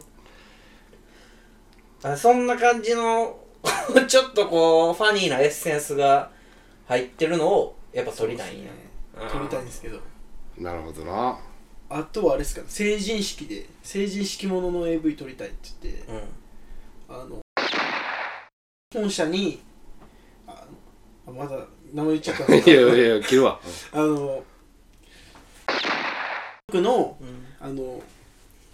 A: あそんな感じの ちょっとこうファニーなエッセンスが入ってるのをやっぱ撮りたいんや
C: そうっすね撮りたいんですけど
B: なるほどな
C: あとはあれっすかね成人式で成人式ものの AV 撮りたいって言って
A: うん
C: あの本社にあのあまだ名前言っちゃったんで
B: い
C: す
B: や
C: けど
B: いやいや切るわ
C: あの僕の
A: うん
C: あの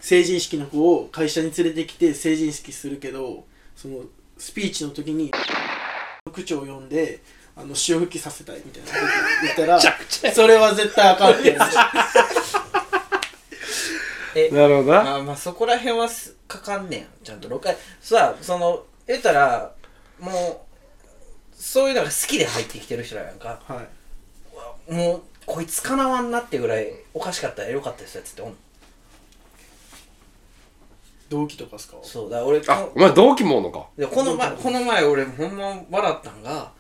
C: 成人式の子を会社に連れてきて成人式するけどそのスピーチの時に区長を呼んであの潮吹きさせたいみたいなこと言ったらそれは絶対あかんって言われました
A: え
B: なるほどな
A: まあまあそこら辺はすかかんねんちゃんと6回さあその言ったらもうそういうのが好きで入ってきてる人らやんか
C: はい
A: もうこいつかなわんなってぐらいおかしかったらよかったですやつっておんの
C: 同期とかですか
A: そうだから俺こ
B: あ
A: の
B: お前同期もおんのか
A: でこの前この前俺ほんま笑ったんが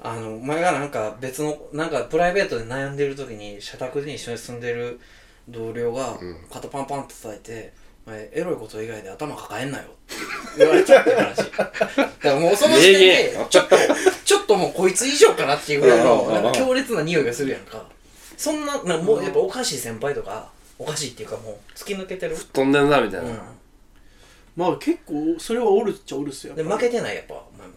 A: あのお前がなんか別のなんかプライベートで悩んでる時に社宅で一緒に住んでる同僚が肩パンパンって叩いて「お前エロいこと以外で頭抱えんなよ」って言われたっていう 話だからもうその時点
B: 名
A: で
B: 言
A: ちょっとちょっともうこいつ以上かなっていうぐらいの
B: うん
A: なんか強烈な匂いがするやんかそんななんかもうやっぱおかしい先輩とかおかしいっていうかもう突き抜けてる、
B: 飛んでんなみたいうな、
A: ん、
C: まあ結構それはおるっちゃおるっすよ
A: で負けてないやっぱお前も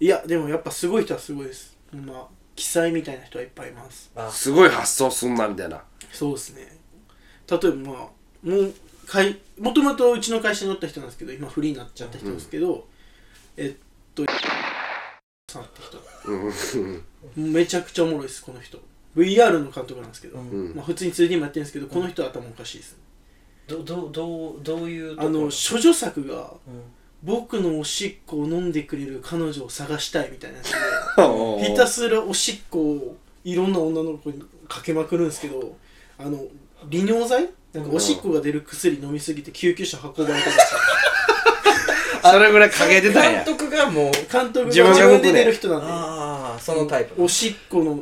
C: いやでもやっぱすごい人はすごいですほんま記載みたいな人はいっぱいいます
A: あ
B: すごい発想すんなみたいな
C: そうですね例えばまあもう会もともとうちの会社におった人なんですけど今フリーになっちゃった人なんですけど、えっとさんって 人めちゃくちゃおもろいですこの人 VR の監督なんですけど、まあ、普通に 2D もやってるんですけどこの人は頭おかしいです、
A: どどどうどういうと
C: あ
A: こ
C: の処女作が
A: うん
C: 僕のおしっこを飲んでくれる彼女を探したいみたいなやつで
B: お
C: ひたすらおしっこをいろんな女の子にかけまくるんですけどあの利尿剤なんかおしっこが出る薬飲みすぎて救急車運ばれたりし
B: それぐらいかけてたんや
A: 監督がもう
C: て監督
B: 自
C: が
B: 分が
C: 自
B: 動くね
C: 分で出る人なんで
A: ああそのタイプ
C: おしっこの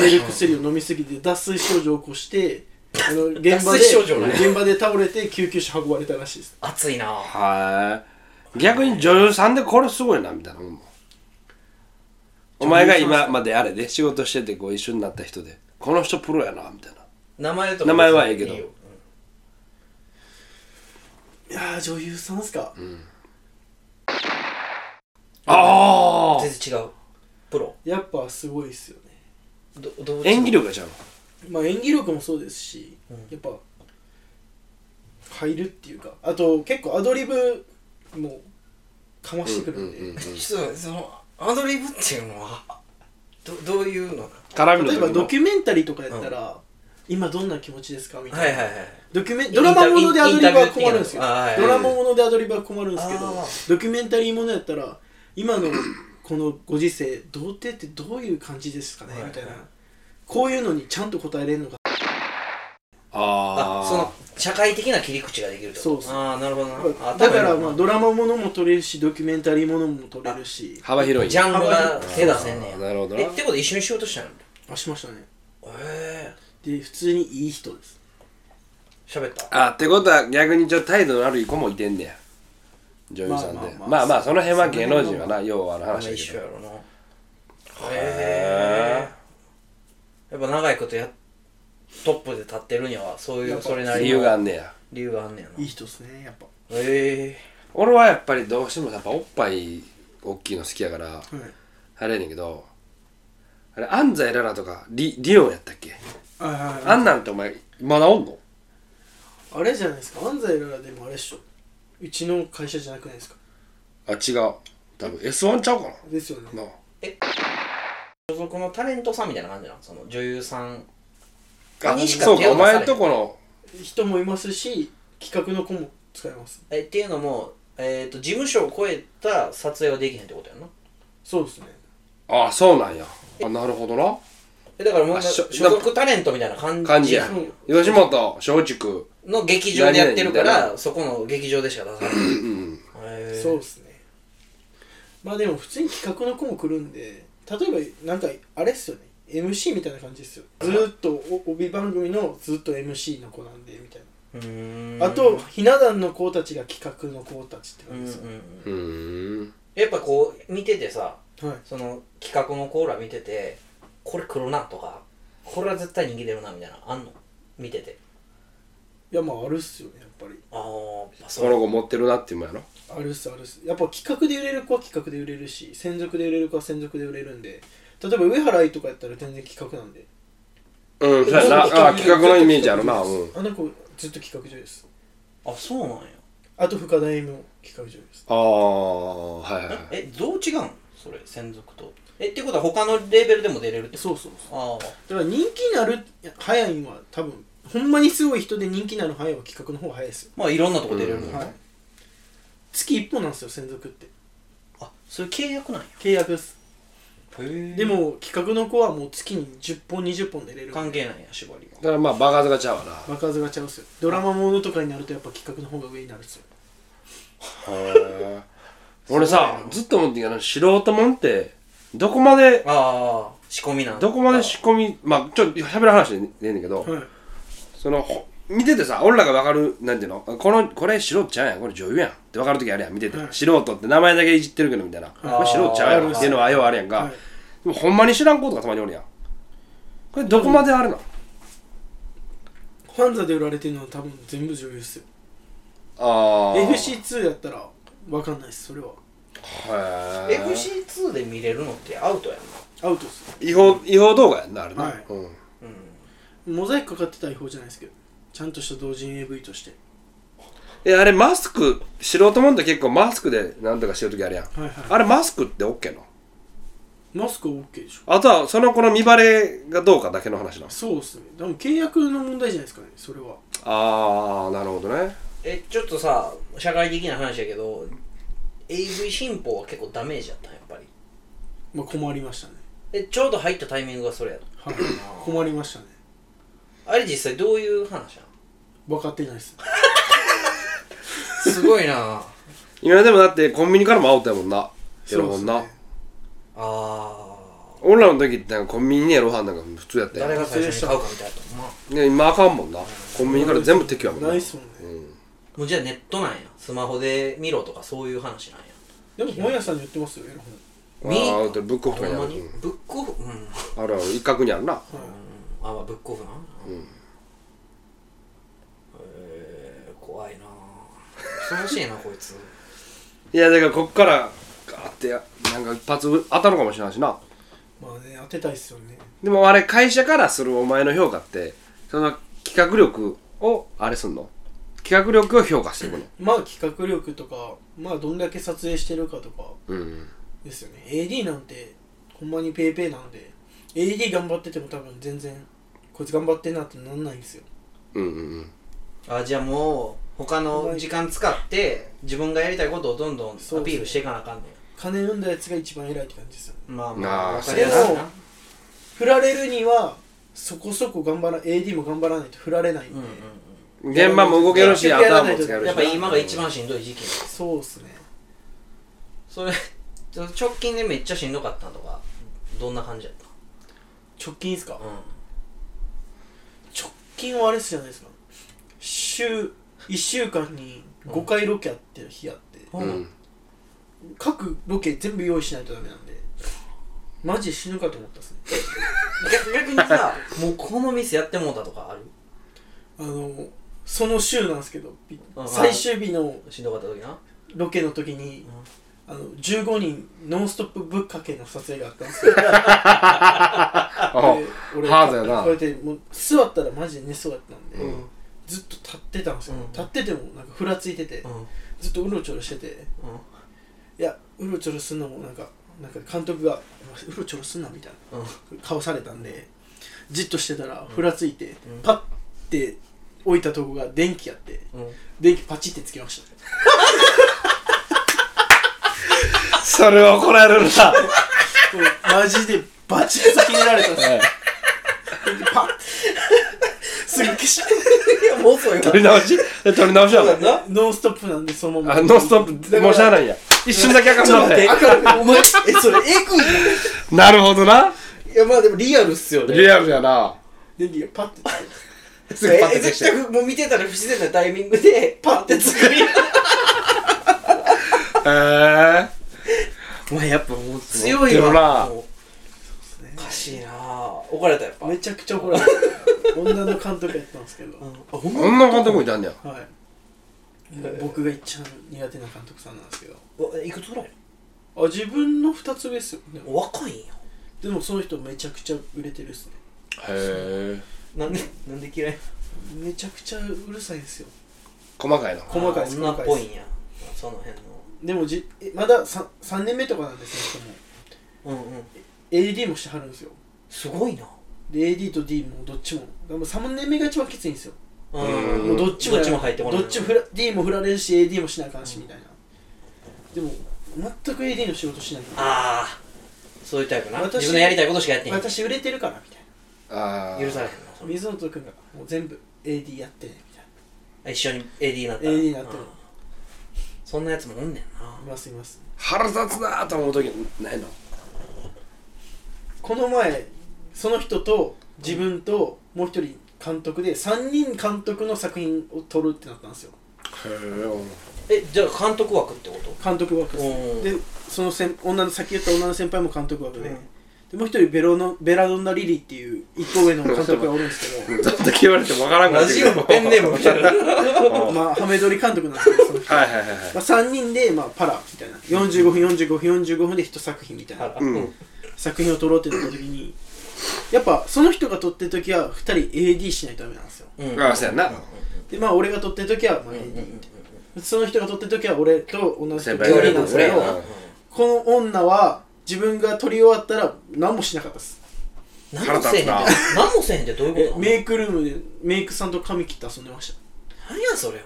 C: 出る薬を飲みすぎて脱水症状を起こしてあの現場
A: 脱
C: で
A: 水症状ね
C: 現場で倒れて救急車運ばれたらしいです
A: 熱いな
B: はい逆に女優さんでこれすごいなみたいなもんもお前が今まであれで仕事しててこう一緒になった人でこの人プロやなみたいな
A: 名前とか
B: 名前はええけど
A: いいよ
C: いやー女優さんっすか、
B: ああ
A: 全然違うプロ
C: やっぱすごいっすよね
A: どどう
B: 演技力がちゃう
C: まあ演技力もそうですし、やっぱ入るっていうかあと結構アドリブもかましてくるんで、
A: ちょっとそのアドリブっていうのはどどういうの
B: 絡みの
C: 例えば
B: 時も
C: ドキュメンタリーとかやったら、今どんな気持ちですかみたいな、
A: はいはいはい
C: ドキュメンドラマものでアドリブは困るんです
A: インタビュー的な
C: よ
A: のあーはい
C: ドラマものでアドリブは困るんですけ
A: あ
C: ど
A: ー
C: ドキュメンタリーものやったら今のこのご時世童貞ってどういう感じですかね
A: はい
C: みたいな
A: はい
C: こういうのにちゃんと答えれるのが
B: あ
A: あ
B: あ
A: その社会的な切り口ができるってこと
C: そうそう
A: ああなるほどなあ
C: だからま
A: 頭
C: あ
A: いい
C: ドラマものも撮れるしドキュメンタリーものも撮れるし
B: 幅広い
A: なジャンルが手出せんね
B: あ
A: や
B: ーなるほどな
A: えってことで一緒にしようとしたの
C: あしましたね
A: ええ
C: で普通にいい人です
A: 喋った
B: あってことは逆にちょっと態度の悪い子もいてんねや女優さんでま
C: ま
B: あ
C: あ
B: ま
C: ま
B: あ
C: あまあ
B: その辺は芸能人はな要はあの話だ
A: 一緒
B: け
A: や
B: ど
A: ろなへえやっぱ長いことやトップで立ってるにはそうい
C: やっ
A: う
C: ぱ
A: それなりの
B: 理由があんねや
A: 理由があんねやない
C: い
A: へ
C: 人ですねやっぱ
A: え
B: 俺はやっぱりどうしてもやっぱおっぱい大きいの好きやから
C: はい
B: あれやねんけどあれ安西ララとかリリオンやったっけ
C: あ
B: あんなんてお前まだおんの
C: あれじゃないですか安西ならでもあれっしょうちの会社じゃなくないですか
B: あ違う多分 S1 ちゃうか
C: ですよね
B: ななあ
A: 所属のタレントさんみたいな感じなのその女優さん
B: あ
A: にしか
B: そう
A: 手
B: か
A: を
B: お
A: 出されへん
B: 前んとこの
C: 人もいますし企画の子も使えます
A: えっていうのも、えー、と事務所を超えた撮影はできへんってことやんな
C: そうですね
B: ああそうなんやあなるほどな
A: えだからもう
B: あしょ
A: 所属タレントみたいな感じ
B: 感じや
C: うん
B: 吉本松竹
A: の劇場でやってるか
B: 何々みたい
A: らそこの劇場でしか出さない
B: うん
A: へ
C: そうですねまあでも普通に企画の子も来るんで例えばなんかあれっすよね MC みたいな感じですよずーっとお帯番組のずーっと MC の子なんでみたい
A: えうーん
C: なあとひな壇の子たちが企画の子たちって
A: うんう
C: 感
A: ん
C: じ
A: う
C: ですよ、
A: ん
B: うーん
A: やっぱこう見ててさ
C: はい
A: その企画のコーラ見ててこれ来るなとかこれは絶対逃げれるなみたいなあんの見てて
C: いやまああるっすよねやっぱり
A: あーあ
B: この子持ってるなっていうもんやろ
C: あるっすあるっすやっぱ企画で売れる子は企画で売れるし専属で売れる子は専属で売れるんで例えば上原愛とかやったら全然企画なんで
B: うんそうやなあ企画のイメージあるなうん
C: あの子ずっと企画女優です
A: あそうなんや
C: あと深田恵美も企画女優です
B: ああはいはいはい
A: えどう違うんそれ専属とえってことは他のレベルでも出れるってこと
C: そうそうそう
A: ああ
C: だから人気になる早いんは多分ほんまにすごい人で人気になる早いは企画の方が早いですよ、
A: まあいろんなとこ出れるもんね、
C: はい月1本なんですよ専属って
A: あそれ契約なんや
C: 契約です
A: へ
C: でも企画の子はもう月に10本20本出れる
A: 関係ないんや縛りは
B: だからまあバカズがちゃうわな
C: 場数がちゃうんですよドラマものとかになるとやっぱ企画の方が上になるんですよ
B: へえ俺さずっと思ってんけど素人もんってどこまで
A: ああ仕込みなん
B: どこまで仕込みまあちょっと喋る話でねえんだけど
C: はい
B: そのほ見ててさ俺らが分かるなんていうのこのこれ素人ちゃうやんこれ女優やんって分かる時あるやん見てて、
C: はい
B: 素人って名前だけいじってるけどみたいな、これ素人ちゃうやんっていうのはようあるやんか、
C: はい
B: でもほんまに知らんことがたまにおるやんこれどこまであるの、
C: ファンザで売られてるのは多分全部女優っすよ
B: ああ
C: FC2 やったら分かんないっすそれは
B: へえ
A: FC2 で見れるのってアウトやんな
C: アウトっす
B: 違法違法動画やんなあれな、
C: はい
B: うん、
A: うん
C: モザイクかかってた違法じゃないですけどちゃんとした同人 AV として
A: へ
B: えあれマスク素人もんって結構マスクでなんとかしてる時あるやん、
C: いはい
B: あれマスクって OK の
C: マスクは OK でしょ
B: あとはその子の見バレがどうかだけの話なんです
C: そうですねでも契約の問題じゃないですかねそれは
B: ああなるほどね
A: えちょっとさ社会的な話やけど AV 新法は結構ダメージやったんやっぱり
C: まあ困りましたね
A: えちょうど入ったタイミングがそれやった
C: はい困りましたね
A: あれ実際どういう話な
C: 分かってない です
A: のすごいな
B: 今でもだってコンビニからも煽ったやもんなやろもんな、
C: そうですね
A: ああ
B: 俺らの時ってなんかコンビニにやろはんなんか普通やったやん
A: 誰が最初に買うかみたいなまあ
B: いや今あかんもんなコンビニから全部撤去やもん
C: ないっすもんね
B: うん
A: もうじゃあネットなんやスマホで見ろとかそういう話なんや
C: でも本屋さんに言ってますよね
B: あ
A: 見に
B: ーでブックオフとかにあ
A: ほん
B: る
A: まに
B: うん
A: ブックオフうん、うん、
B: あるある一角にあるな
A: あまあブックオフなうんえー、怖いな恐ろしいな こいつ
B: いやだからこっからガーってやなんか一発当たるかもしれないしな
C: まあね当てたいっすよね
B: でもあれ会社からするお前の評価ってその企画力をあれすんの企画力を評価していくの
C: まあ企画力とかまあどんだけ撮影してるかとか
B: うん
C: ですよね AD なんてほんまにペーペーなんで AD 頑張ってても多分全然こいつ頑張ってんなってなんないんですよ
B: うんうん
A: あじゃあもう他の時間使って自分がやりたいことをどんどんアピ
C: そう
A: ールしていかなあかんね
C: 金産んだやつが一番偉いって感じですよね
A: んまあ
B: ま
A: ま
B: あ
A: あわかりやすい
C: で
A: な
C: も振られるにはそこそこ頑張ら AD も頑張らないと振られないんで、
A: うんうんうん
B: うん現場も動けるし
C: 結局やら
B: 頭
C: ない
B: も
C: と
B: 使えるし
A: やっぱ今が一番しんどい時期
C: そうっすね
A: それちょ直近でめっちゃしんどかったとかどんな感じやっ
C: 直近ですか、
A: たうん
C: 直近はあれっすじゃないですか週1週間に5回ロケやってる日あって、
B: うん
C: 各ロケ全部用意しないとダメなんでマジで死ぬかと思ったっすね
A: 逆逆にさもうこのミスやってもうたとかある
C: あのその週なんですけどび
A: うん
C: 最終日の
A: しんどかった時な
C: ロケの時に
A: うん、
C: あの15人ノンストップぶっかけの撮影があったんですよで
B: あ
C: 俺
B: ハードやな
C: こうやってもう座ったらマジで寝そうやったんで、
B: うん
C: ずっと立ってたんですよ、
A: うん
C: 立っててもなんかふらついてて、
A: うんうん
C: ずっとうろちょろしてていやうろちょろすんのもなんかなんか監督が「うろちょろすんな」みたいな
A: うん
C: 顔されたんでじっとしてたらふらついて、
A: うん
C: パッて置いたとこが電気やって
A: うん
C: 電気パチってつけました
B: それは怒られるな
C: もうマジでバチッと決められたんですよ
B: ええ
C: パッてすぐ消し
A: いやもうそうよ
B: 取り直しえ取り直しや
A: そう
B: な
A: だな
C: たノンストップなんでそのまま
B: あノンストップもうしゃあないんや一瞬だけあかん
A: ちょっ
B: な
A: と
B: っ
A: 待って
B: て
A: お前えそれエグい
B: なるほどな
A: ないやまあでもリアルっすよ
B: リアルやな
C: 電気がパッてつけて
B: すぐパッて消し
A: 絶
B: て
A: 対もう見てたら不自然なタイミングでパッて作り
B: えー
A: お前やっぱもう
B: 強
A: 強
B: い
A: い
B: わ
A: わ
B: も
A: おかしいな怒られたやっぱ
C: めちゃくちゃ怒られた女の監督やったんですけど、
A: うんあほんま
B: こんな監督いたんねや
C: はいもう僕が一番苦手な監督さんなんですけど
A: うわいくつぐらい
C: あ自分の2つ上っすよでも
A: お若いんや
C: でもその人めちゃくちゃ売れてるっすね
B: へえ
A: なんでなんで嫌い
C: めちゃくちゃうるさいんですよ
B: 細かいな
C: 細かいっす
A: あ女っぽいんやその辺の
C: でもじえまだ 3, 3年目とかなんですよ、ね、
A: うんうん
C: でも AD もしてはるんですよ
A: すごいな
C: で AD と D もどっちもでも3年目が一番きついんですよ、
A: う
B: うん
C: もうどっちも
A: どっちも入ってこない
C: どっちも振ら D も振られるし AD もしなあかんしみたいな、でも全く AD の仕事しない
A: ああそういうタイプな
C: 私
A: 自分のやりたいことしかやってへん許
C: 私売れてるからみたい
B: あー
A: されへん
C: な
A: の
C: 水本君がもう全部 AD やってねみたい
A: 一緒に AD になった
C: AD になったら
A: うんそんなやつもおんねん
C: ない
A: な
C: ますいます
B: 腹立つなーと思う時ないの
C: この前その人と自分ともう一人監督で3人監督の作品を撮るってなったんですよ
B: へ
A: えじゃあ監督枠ってこと
C: 監督枠です
A: おー
C: でその先女の先言った女の先輩も監督枠で,、
A: うん
C: でもう一人ベロのベラドンダリリーっていう一個上の監督がおるんですけ
B: えちょっと聞かれてもわからんか
A: ラ
B: ら
A: ジオのペンネームみた いな
C: どまあハメ撮り監督なんですけどその人
B: はいはいはいはい
C: まあ、3人で、まあ、パラみたいな45分45分45分で1作品みたいな
B: うん
C: 作品を撮ろうってなった時にやっぱその人が撮ってる時は2人 AD しないとダメなんですよ
A: うん
B: ああそうやんな
C: でまあ俺が撮ってる時はまあ AD みた
A: う
C: いな、
A: ん
C: その人が撮ってる時は俺と同じ距
B: 先
C: 離
B: 輩
A: 距離なんで
B: がね
C: なんで
A: すす
C: け
A: け
B: 俺
C: ど
A: ど
B: やな
C: この女は自分が撮り終わったら何もしなかったです
A: 何もせえへんって
B: 腹立
A: 何もせえへんってどういう
C: え
A: ことなの
C: メイクルームでメイクさんと髪切って遊んでました
A: 何やそれ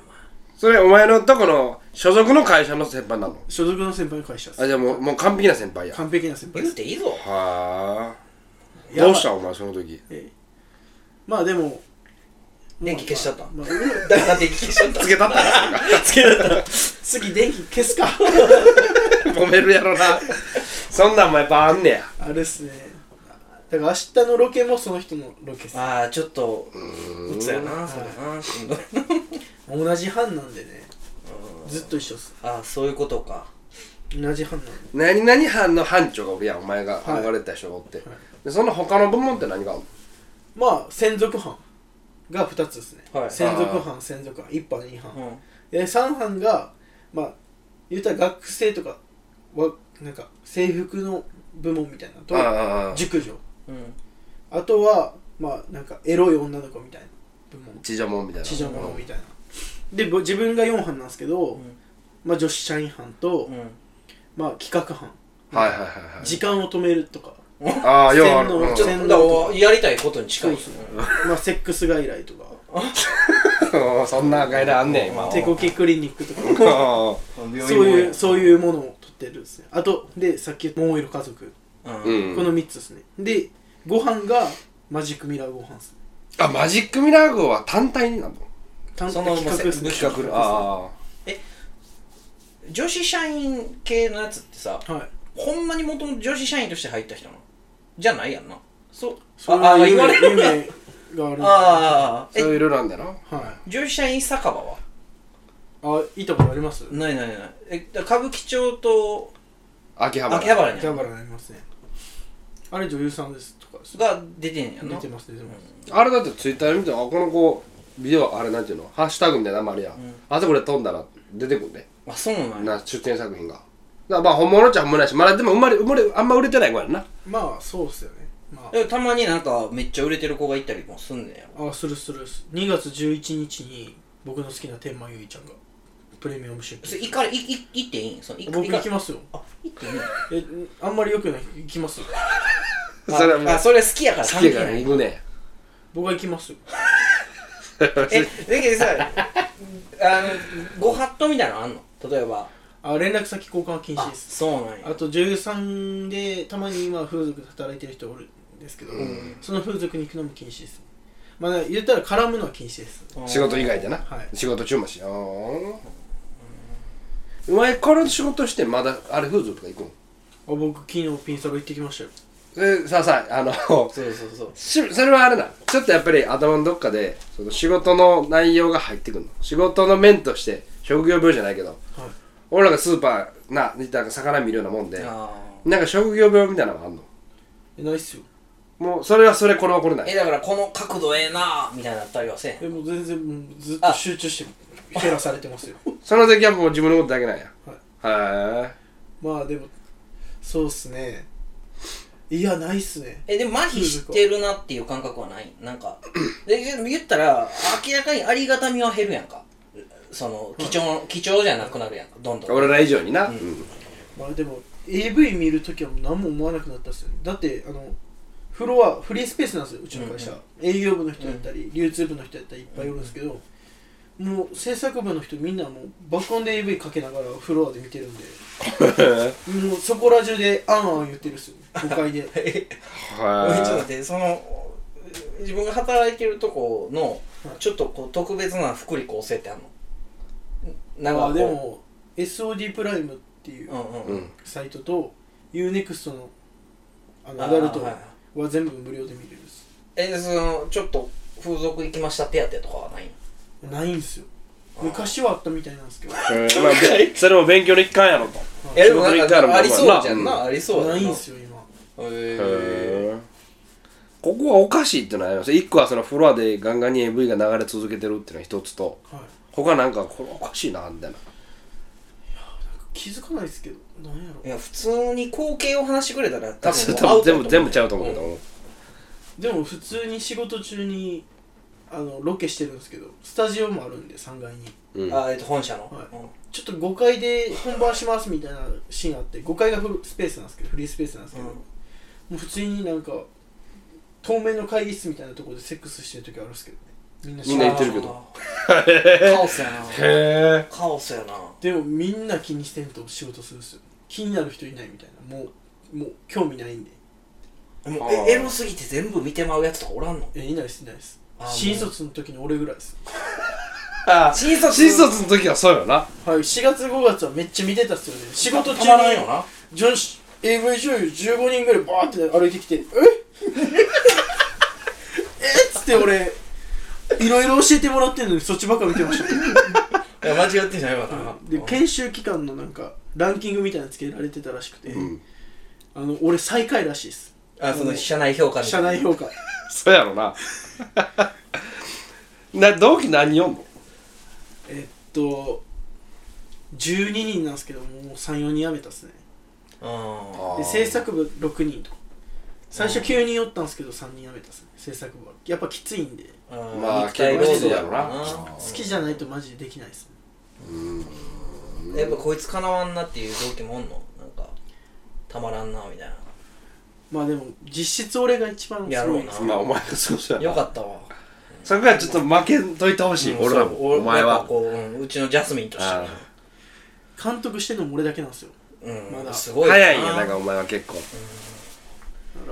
B: それお前のとこの所属の会社の先輩なの
C: 所属の先輩の会社です
B: あじゃあもうもう完璧な先輩やは
C: 完璧な先
A: お前言
C: 輩で
A: う
C: す
A: ていいぞ
B: あ
C: や
B: ど
C: ばいう
B: したお前その時
C: ええまあでも
A: 電気消しちゃった
C: まあ
A: だから電気消し ちゃった
B: つけたったら
C: つけだった次電気消すか
B: 褒めるやろなそんなんもやっぱあんねや
C: あれっすねだから明日のロケもその人のロケです
A: ああちょっとうつやなそれなしんどいな
C: 同じ班なんでねずっと一緒っす
A: ああそういうことか
C: 同じ班なんで
B: 何々班の班長がおるやんお前が憧れてた人がおって、でその他の部門って何があんの
C: まあ専属班が2つですね、
A: はい
C: 専属班専属班1班2班、
A: うん
C: で3班がまあ言うたら学生とかはなんか制服の部門みたいなのと
B: ああ
C: 熟女
A: うん
C: あとはまあなんかエロい女の子みたいな部門
B: 地上門みたいな
C: 地上物みたいなでぼ自分が4班なんですけど、
A: ん
C: まあ女子社員班と、まあ企画班
B: はいはいはいはい
C: 時間を止めるとか、
B: ああようある
C: 洗脳
B: うん
A: ちょっとだからやりたいことに近い
C: そうそうまあセックス外来とか
B: うんそんな外来あんねん今
C: 手こきクリニックとか
B: う
A: そう
C: そういう、そういうものを取ってるんですね。あと、で、さっき言った桃色家族。
A: うん
B: ん
C: この3つですね。で、ご飯がマジックミラーご飯ですね。
B: あマジックミラー号は単体になるの
C: 単
A: その
C: 企画ですね。
A: せ
B: 企画あ
A: 女子社員系のやつってさ
C: はい。
A: ほんまにもともと女子社員として入った人なのじゃないやんなそう
C: それは
A: ああ言われる
C: 夢があるんで
A: ああ
B: あ
A: え
B: そういうルールなんだよな
C: はい。
A: 女子社員酒場は
C: あ、いいところあります
A: ないないないえだから歌舞伎町と
B: 秋葉原
A: 秋葉原に
C: キャバラにありますね。あれ女優さんですとかです。
A: が出てんやん
C: 出
A: な
C: てます、出てます。
B: あれだってツイッターで見てあこの子ビデオあれなんていうのハッシュタグみたいなのあるや、ん、あそこで飛んだら出てくるね
A: あそうなんや
B: な出展作品がだからまあ本物っちゃ本物やしまだでも生まれ生まれあんま売れてない子やんな
C: まあ、そうっすよね。ま
A: でもたまになんかめっちゃ売れてる子がいたりもすんねんや
C: あ、あ、するするっす。2月11日に僕の好きな天満ゆいちゃんがプレミアム出
A: それ
C: 品
A: 行。かれいい行っていいんその行か
C: 僕行き
A: 行か
C: ますよ。
A: あ行っていいん
C: え、あんまり良くない。行きますよ。
A: あ
B: それはもう
A: あそれ好きやから
B: 好きやか
A: 関係
B: ら行
A: ない
B: くね
C: 僕は行きますよ。
A: えだけどさあのご法度みたいなのあんの例えば
C: あ連絡先交換は禁止
A: あ
C: です
A: そうなん
C: あ
A: や
C: と女優さんでたまに今風俗で働いてる人おるんですけど、その風俗に行くのも禁止ですまあ言ったら絡むのは禁止です
B: 仕事以外でな、
C: はい
B: 仕事中もしようお前からの仕事してまだあれ風俗とか行くん
C: あ僕昨日ピンサロ行ってきましたよ
B: えさあさああの
A: そうそうそう
B: しそれはあれだちょっとやっぱり頭のどっかでその仕事の内容が入ってくるの仕事の面として職業病じゃないけど
C: はい
B: 俺らがスーパーななんか魚見るようなもんで
A: あ
B: なんか職業病みたいなのがあんの
C: えないっすよ
B: もうそれはそれこれはこれな
A: ーえ
B: い
A: だからこの角度ええなみたいになったりはせえへ
C: え
A: ん
C: もう全然もうずっと集中して減らされてますよ
B: その時はもう自分のことだけなんやはい
C: まあでもそうっすねいやないっすね
A: えでも麻痺してるなっていう感覚はないなんかで言ったら明らかにありがたみは減るやんかその貴重、貴重じゃなくなるやんかどんどん
B: 俺ら以上にな、うん
C: まあでも AV 見るときはもう何も思わなくなったっすよねだってあのフロアフリースペースなんですようちの会社、営業部の人やったり、流通部の人やったりいっぱいおるんですけど、もう制作部の人みんなもう爆音で AV かけながらフロアで見てるんで もうそこら中であんあん言ってるっすよ5階 で
A: えちょっと待
B: は
A: ってその自分が働いてるとこのちょっとこう特別な福利厚生ってあんの
C: ま
A: なん
C: あ
A: か
C: で
A: こ
C: も SOD プライムってい
A: う
C: う
A: うんう
B: い、
A: ん
B: う
A: うん
B: ん、
C: サイトと UNEXT のあの
A: あー
C: アダルト
A: はい
C: は全部無料で見れるっす
A: えでそのちょっと風俗行きました手当とかはない
C: ないんすよ昔はあったみたいなんですけど
B: えーまあべ それも勉強の一環やろと
A: えでもなん
B: 仕事行ったらま
A: か
B: あ
A: ありそうじゃん
B: まあ
A: なありそう
C: な
A: や
C: いん
A: な
C: すよ今
A: へ
B: へーここはおかしいってのはあります一個はそのフロアでガンガンに AV が流れ続けてるっていうのは一つと
C: はい
B: 他なんかこれおかしいなみたいな
C: 気づかないですけどなんやろ
A: えいや普通に光景を話してくれたら多分もう
B: 多
A: ア
B: 分
A: ウト
B: 全
A: だ
B: 部
A: と
B: 全
A: 思
B: 部
A: う
B: ちゃうと思うけど、
C: でも普通に仕事中にあのロケしてるんですけどスタジオもあるんで3階に
B: うん
A: あえっと本社の、
C: はい
A: うん
C: ちょっと5階で本番しますみたいなシーンあって5階がフルスペースなんですけどフリースペースなんですけど、
A: うん
C: もう普通になんか透明の会議室みたいなところでセックスしてる時あるんですけどねみんな知
B: みんな
C: ら
B: 言っ
C: ない
B: てるけど
A: あーカオスや な
B: へえ
A: カオスやな
C: でもみんな気にしてんと仕事するんですよ気になる人いないみたいなもうもう興味ないんで
A: も
B: あ
A: う
B: ー
A: えエロすぎて全部見てまうやつとかおらんの
C: えいないですいないです
A: あー
C: 新卒の時の俺ぐらいです
A: 新卒
B: 新卒の時はそうよな
C: はい4月5月はめっちゃ見てたっすよね仕事
A: たまら
C: 中
A: ん
C: に
A: よな
C: 女子 AV 女優15人ぐらいバーって歩いて きて「ええっ?」つって俺いろいろ教えてもらってんのにそっちばっか見てました
A: いや間違ってんじゃないわな
C: で研修期間のなんかランキングみたいなのつけられてたらしくて、あの俺最下位らしいです
A: あその社内評価みた
C: 社
A: いな
C: 内評価
B: そうや ろなな同期何人おんの
C: えっと12人なんですけどもう34人辞めたっすね
A: うん
C: で制作部6人とか最初9人おったんですけど3人辞めたっすね制作部はやっぱきついんで
A: うん
B: まあ
A: 肉体労働やろな
B: 結構
C: 好きじゃないとマジでできないっすね
A: やっぱこいつかなわんなっていう動機もおんのなんかたまらんなみたいな
C: まあでも実質俺が一番
A: やろうな
B: まあお前がそうそうや
A: よ
B: な
A: かったわ
B: そこはちょっと負けんといてほしい、俺ら
A: そう
B: もお前
A: やっぱ
B: は
A: こううんうちのジャスミンとしてね
B: あ
C: 監督してんのも俺だけなんですよ
A: うん
C: まだ
A: すごい
B: 早いんやなんかお前は結構
C: だ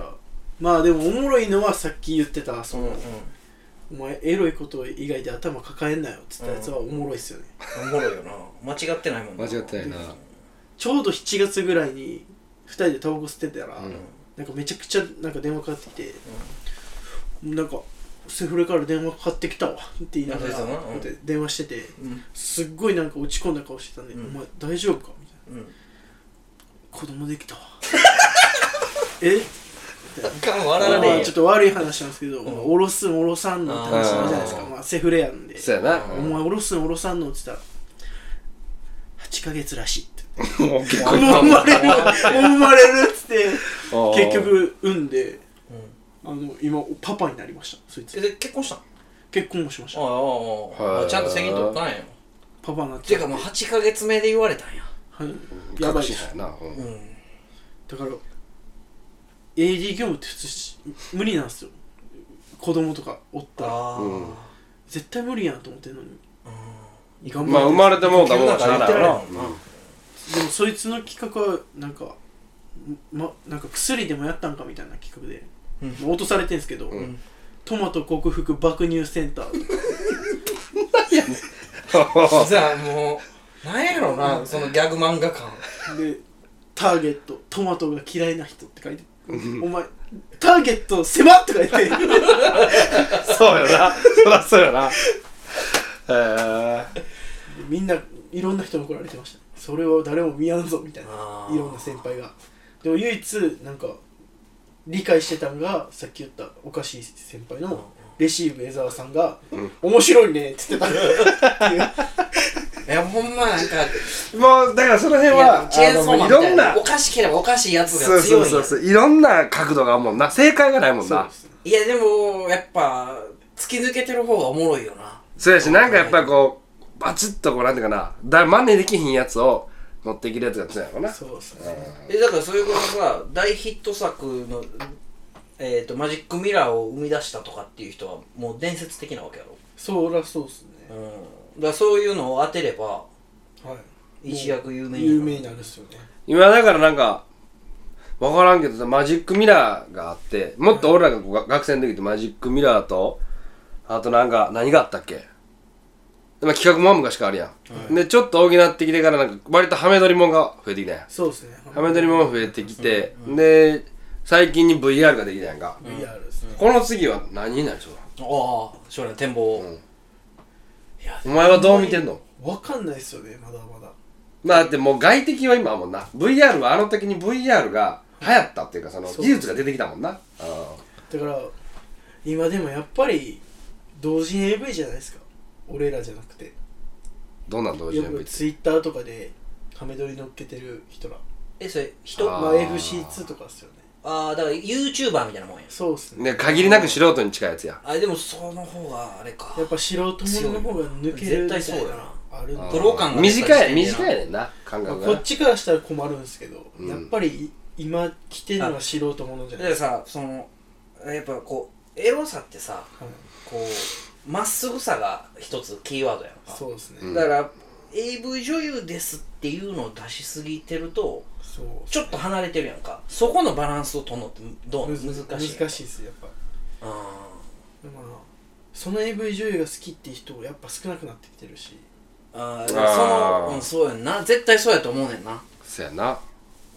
C: からまあでもおもろいのはさっき言ってたそ
A: うん
C: の、
A: うん
C: お前エロいこと以外で頭抱えんなよっつったやつはおもろいっすよね、
A: おもろいよな間違ってないもん
B: 間違ってないな
C: ちょうど7月ぐらいに2人でタバコ吸ってたら、
B: うん
C: なんかめちゃくちゃなんか電話かかってきて、なんかセフレから電話かかってきたわって言いながら、
A: あそうそう
C: こ
A: うん
C: うやって電話してて
A: うん
C: すっごいなんか落ち込んだ顔してたんで「
A: うん
C: お前大丈夫か?」みたいな
A: うん
C: 「子供できた わ」え
A: かん笑われ
C: ま
A: へん
C: あ
A: や
C: ちょっと悪い話なんですけど、
A: ん
C: まあおろすんおろさんのって話になるじゃないです
B: あ
C: か
B: ー
C: まあセフレやんで
B: そうやな
C: お前おろすんおろさんのって言ったら8ヶ月らしいって
B: もう結
C: もう
B: 構いった
C: 生
B: もん
C: まれるもう生まれるっつって
B: おー
C: 結局産んで
A: うん
C: あの今パパになりましたそい
A: え
C: つ
A: で結婚したの
C: 結婚もしました
A: あああああ
B: は
A: あ
B: い
A: ちゃんと責任取ったんや
C: パパになって
A: てかもう8ヶ月目で言われたんや
C: はい、やばい
B: 確信
C: です
B: やなうん
A: うん
C: だから AD 業務って普通し無理なんですよ子供とかおったら
A: ああ
B: うん
C: 絶対無理やんと思ってんのに頑
B: まあ生まれてもうたもんしゃ
A: な
B: あ
A: んか言っ
B: ない
A: て
B: よ
A: ら
B: な
A: れんもんな
C: でもそいつの企画はなんか、ま、なんか薬でもやったんかみたいな企画で、
A: う
C: 落とされてんすけど、
A: ん
C: トマト克服爆乳センター
A: じゃあもうなんやろなそのギャグ漫画感
C: でターゲットトマトが嫌いな人って書いてお前ターゲット狭っとか言って
B: そうよなそらそうよなへえ
C: みんないろんな人に怒られてましたそれは誰も見やんぞみたいな
A: あー
C: いろんな先輩がでも唯一なんか理解してたのがさっき言ったおかしい先輩のレシーブ江沢さんが「面白いね」っつってたってい う
A: いやほんまなんか
B: もうだからその辺
A: いや
B: は
A: チェーンソーマンみ
B: あのいろ
A: たい
B: ん
A: な
B: な
A: おかしければおかしいやつ
B: そ
A: が
B: うそ
A: 強
B: う
A: いん
B: そ
A: や
B: うそういろんな角度があるもんな正解がないもん
C: そう
B: な
C: ですね
A: いやでもやっぱ突き抜けてる方がおもろいよな
B: そうやしなんかやっぱこうバチッとこうなんていうかなだ真似できひんやつを持ってきるやつが強いやろな
C: そうですね
A: えだからそれこそさ大ヒット作の、えー、とマジックミラーを生み出したとかっていう人はもう伝説的なわけやろ、
C: そうらそうです
A: う
C: ね
A: ん、だからそういうのを当てれば
C: はい
A: 一躍有名になる
C: 有名になるっすよね
B: 今だからなんか分からんけどさマジックミラーがあってもっと俺らがこうが学生の時ってマジックミラーとあとなんか何があったっけまあ企画も昔からあるやん、でちょっと補ってきてからなんか割とハメ撮りもんが増えてきたやん
C: そうですね
B: ハメ撮りもん増えてきて、で最近に VR ができたやんか、
C: VR ですね
B: この次は何になりそうだ
A: ああ将来の展望、
B: ん
A: いや
B: お前はどう見てんの
C: わかんないっすよねまだまだ
B: まあだってもう外敵は今あるもんな VR はあの時に VR が流行ったっていうかその
C: そう
B: 技術が出てきたもんなう
C: だから今でもやっぱり同人 AV じゃないですか俺らじゃなくて
B: んどんなん同時
C: よ
B: に
C: く
B: 見
C: ツイッターとかでハメ撮り乗っけてる人ら
A: えそれ人
B: あー
C: まあ FC2 とかっすよね
A: ああだから YouTuber みたいなもんや
C: そうっすね
B: ね限りなく素人に近いやつや
A: あでもその方があれか
C: やっぱ素人もんの方が抜ける
A: 強い絶
C: みたい
A: 対そうや
C: なあるんだ
A: ドロー感が
B: 短い短いねんな感
C: まあ
B: 覚
C: こ
B: が
C: っ
B: な
C: ちからしたら困るんですけど、
B: うん
C: やっぱり今来てるのは素人ものじゃ
A: だ
C: ない
A: か
C: で
A: ら
C: す
A: さそのやっぱこうエロさってさ
C: か、はい
A: こうまっすぐさが一つキーワードやんか
C: そうですね、
B: うん
A: だから AV 女優ですっていうのを出しすぎてると
C: そう
A: ちょっと離れてるやんかそこのバランスを取るのってどう
C: む
A: 難
C: ず
A: しい
C: 難しいですやっぱ
A: あ
C: だからその AV 女優が好きって人やっぱ少なくなってきてるし
A: ーあー
B: あー
A: その、うん、そうやんな絶対そうやと思うねんな
B: そうやな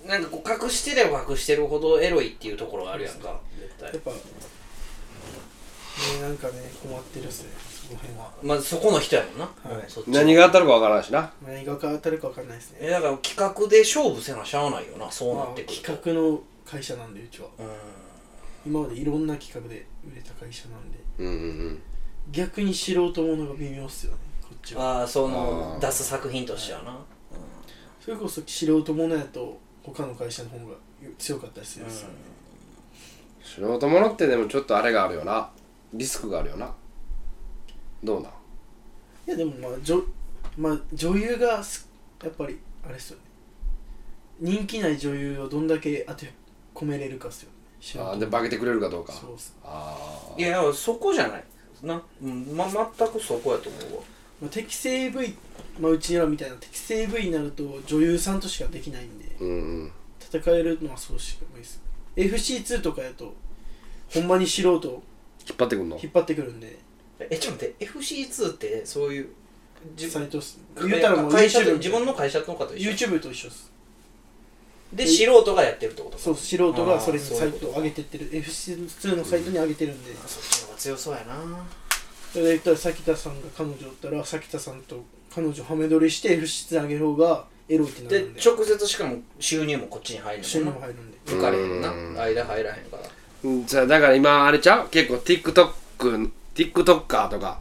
A: なんかこう隠してれば隠してるほどエロいっていうところがあるやんか絶
C: や
A: 対
C: っぱねなんかね困ってるっすねその辺は
A: まあそこの人やもんな、
C: はい
A: そっち
B: 何が当たるかわからんしな
C: 何が当たるか分かんないですね
A: えだから企画で勝負せなしゃあないよなそうな
C: ま
A: っ
C: あ
A: てくると、
C: 企画の会社なんでうちは
A: うん
C: 今までいろんな企画で売れた会社なんで
B: うんうん
C: 逆に素人ものが微妙っすよねこっちは
A: ああその
B: あー
A: 出す作品としてはな、
C: それこそ素人ものやと他の会社の方が強かったりするっすよね、
B: 素人ものってでもちょっとあれがあるよなリスクがあるよなどうなん
C: いやでもまあ女,、まあ、女優がすやっぱりあれっすよね人気ない女優をどんだけ当て込めれるかっすよね素人
B: あーで化けてくれるかどうか
C: そうっす、
B: ああ
A: いやそこじゃないな、うんま、全くそこやと思うわ
C: まあ、適正 AV、まあ、うちらみたいな適正 AV になると女優さんとしかできないんで
B: うんうん
C: 戦えるのはそうしかないっす FC2 とかやとほんまに素人を
B: 引っ張ってくんの
C: 引っ張ってくるんで
A: えちょっと待って FC2 ってそういう
C: サイトっす
A: 分
C: 言うたらもう
A: 会社
C: YouTube
A: と自分の会社とかと一緒
C: YouTube と一緒っす
A: で素人がやってるってこと
C: そう素人がそれに
A: あー
C: サイトを上げてってる FC2 のサイトに上げてるんで、
A: そっちの方が強そうやな
C: それで言ったら咲田さんが彼女だったら咲田さんと彼女ハメ撮りして F 室に上げる方がエロいってな
A: で
C: るんで
A: 直接しかも収入もこっちに入る
C: 収
A: のも
C: 入も入るんで
A: 抜かれへんな
B: うん
A: 間入らへんから
B: うんじゃあだから今あれちゃう結構 TikTok TikToker とか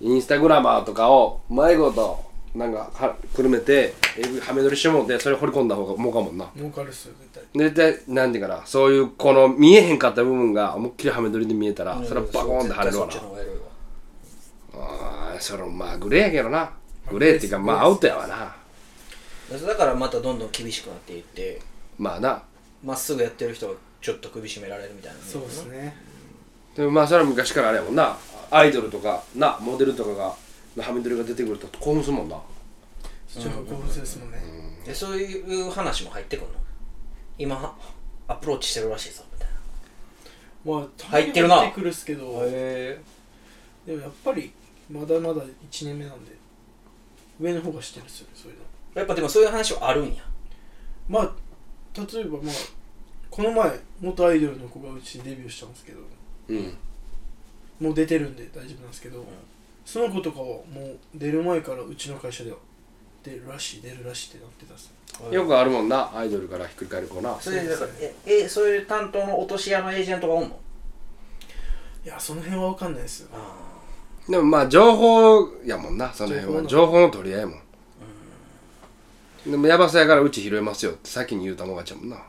A: う
B: インスタグラマーとかを迷子となんかはくるめてえぐはめ撮りしてもってそれ掘り込んだ方が儲かんもんな
C: 儲かるっすよ絶対
B: 絶対なんていうかなそういうこの見えへんかった部分が思いっきりはめ撮りで見えたら、
A: ん
B: それはバコーンって貼れるわな
A: 絶対そっちの方がエロいわ
B: あーそれもまあグレーやけどなグレーっていうかまあアウトやわな
A: だからまたどんどん厳しくなっていって
B: まあな
A: まっすぐやってる人がちょっと首絞められるみたいな
C: そうですね
B: でもまあそれは昔からあれやもんなアイドルとかなモデルとかがのハメ撮りが出てくると興奮するもんな
C: そっちの方が興奮するっすもんね
A: でそういう話も入ってくるの今はアプローチしてるらしいぞみたいな
C: まあ
A: 入ってるな
C: 入ってくるっすけど
A: へ
C: でもやっぱりまだまだ1年目なんで上の方がしてるっすよねそういうの
A: えやっぱでもそういう話はあるんや
C: まあ例えばまあこの前元アイドルの子がうちデビューしたんですけど
B: うん
C: もう出てるんで大丈夫なんですけど、その子とかはもう出る前からうちの会社では出るらしい出るらしいってなってたっす
B: よくあるもんなアイドルからひっくり返る子な
A: それでだからええそういう担当の落とし屋のエージェントがおんの
C: いやその辺は分かんないですよ
A: あ
B: でもまあ情報やもんなその辺は
C: 情
B: 情報の取り合いやもん、でもやばさやからうち拾えますよって先に言うたもん勝ちやもんなは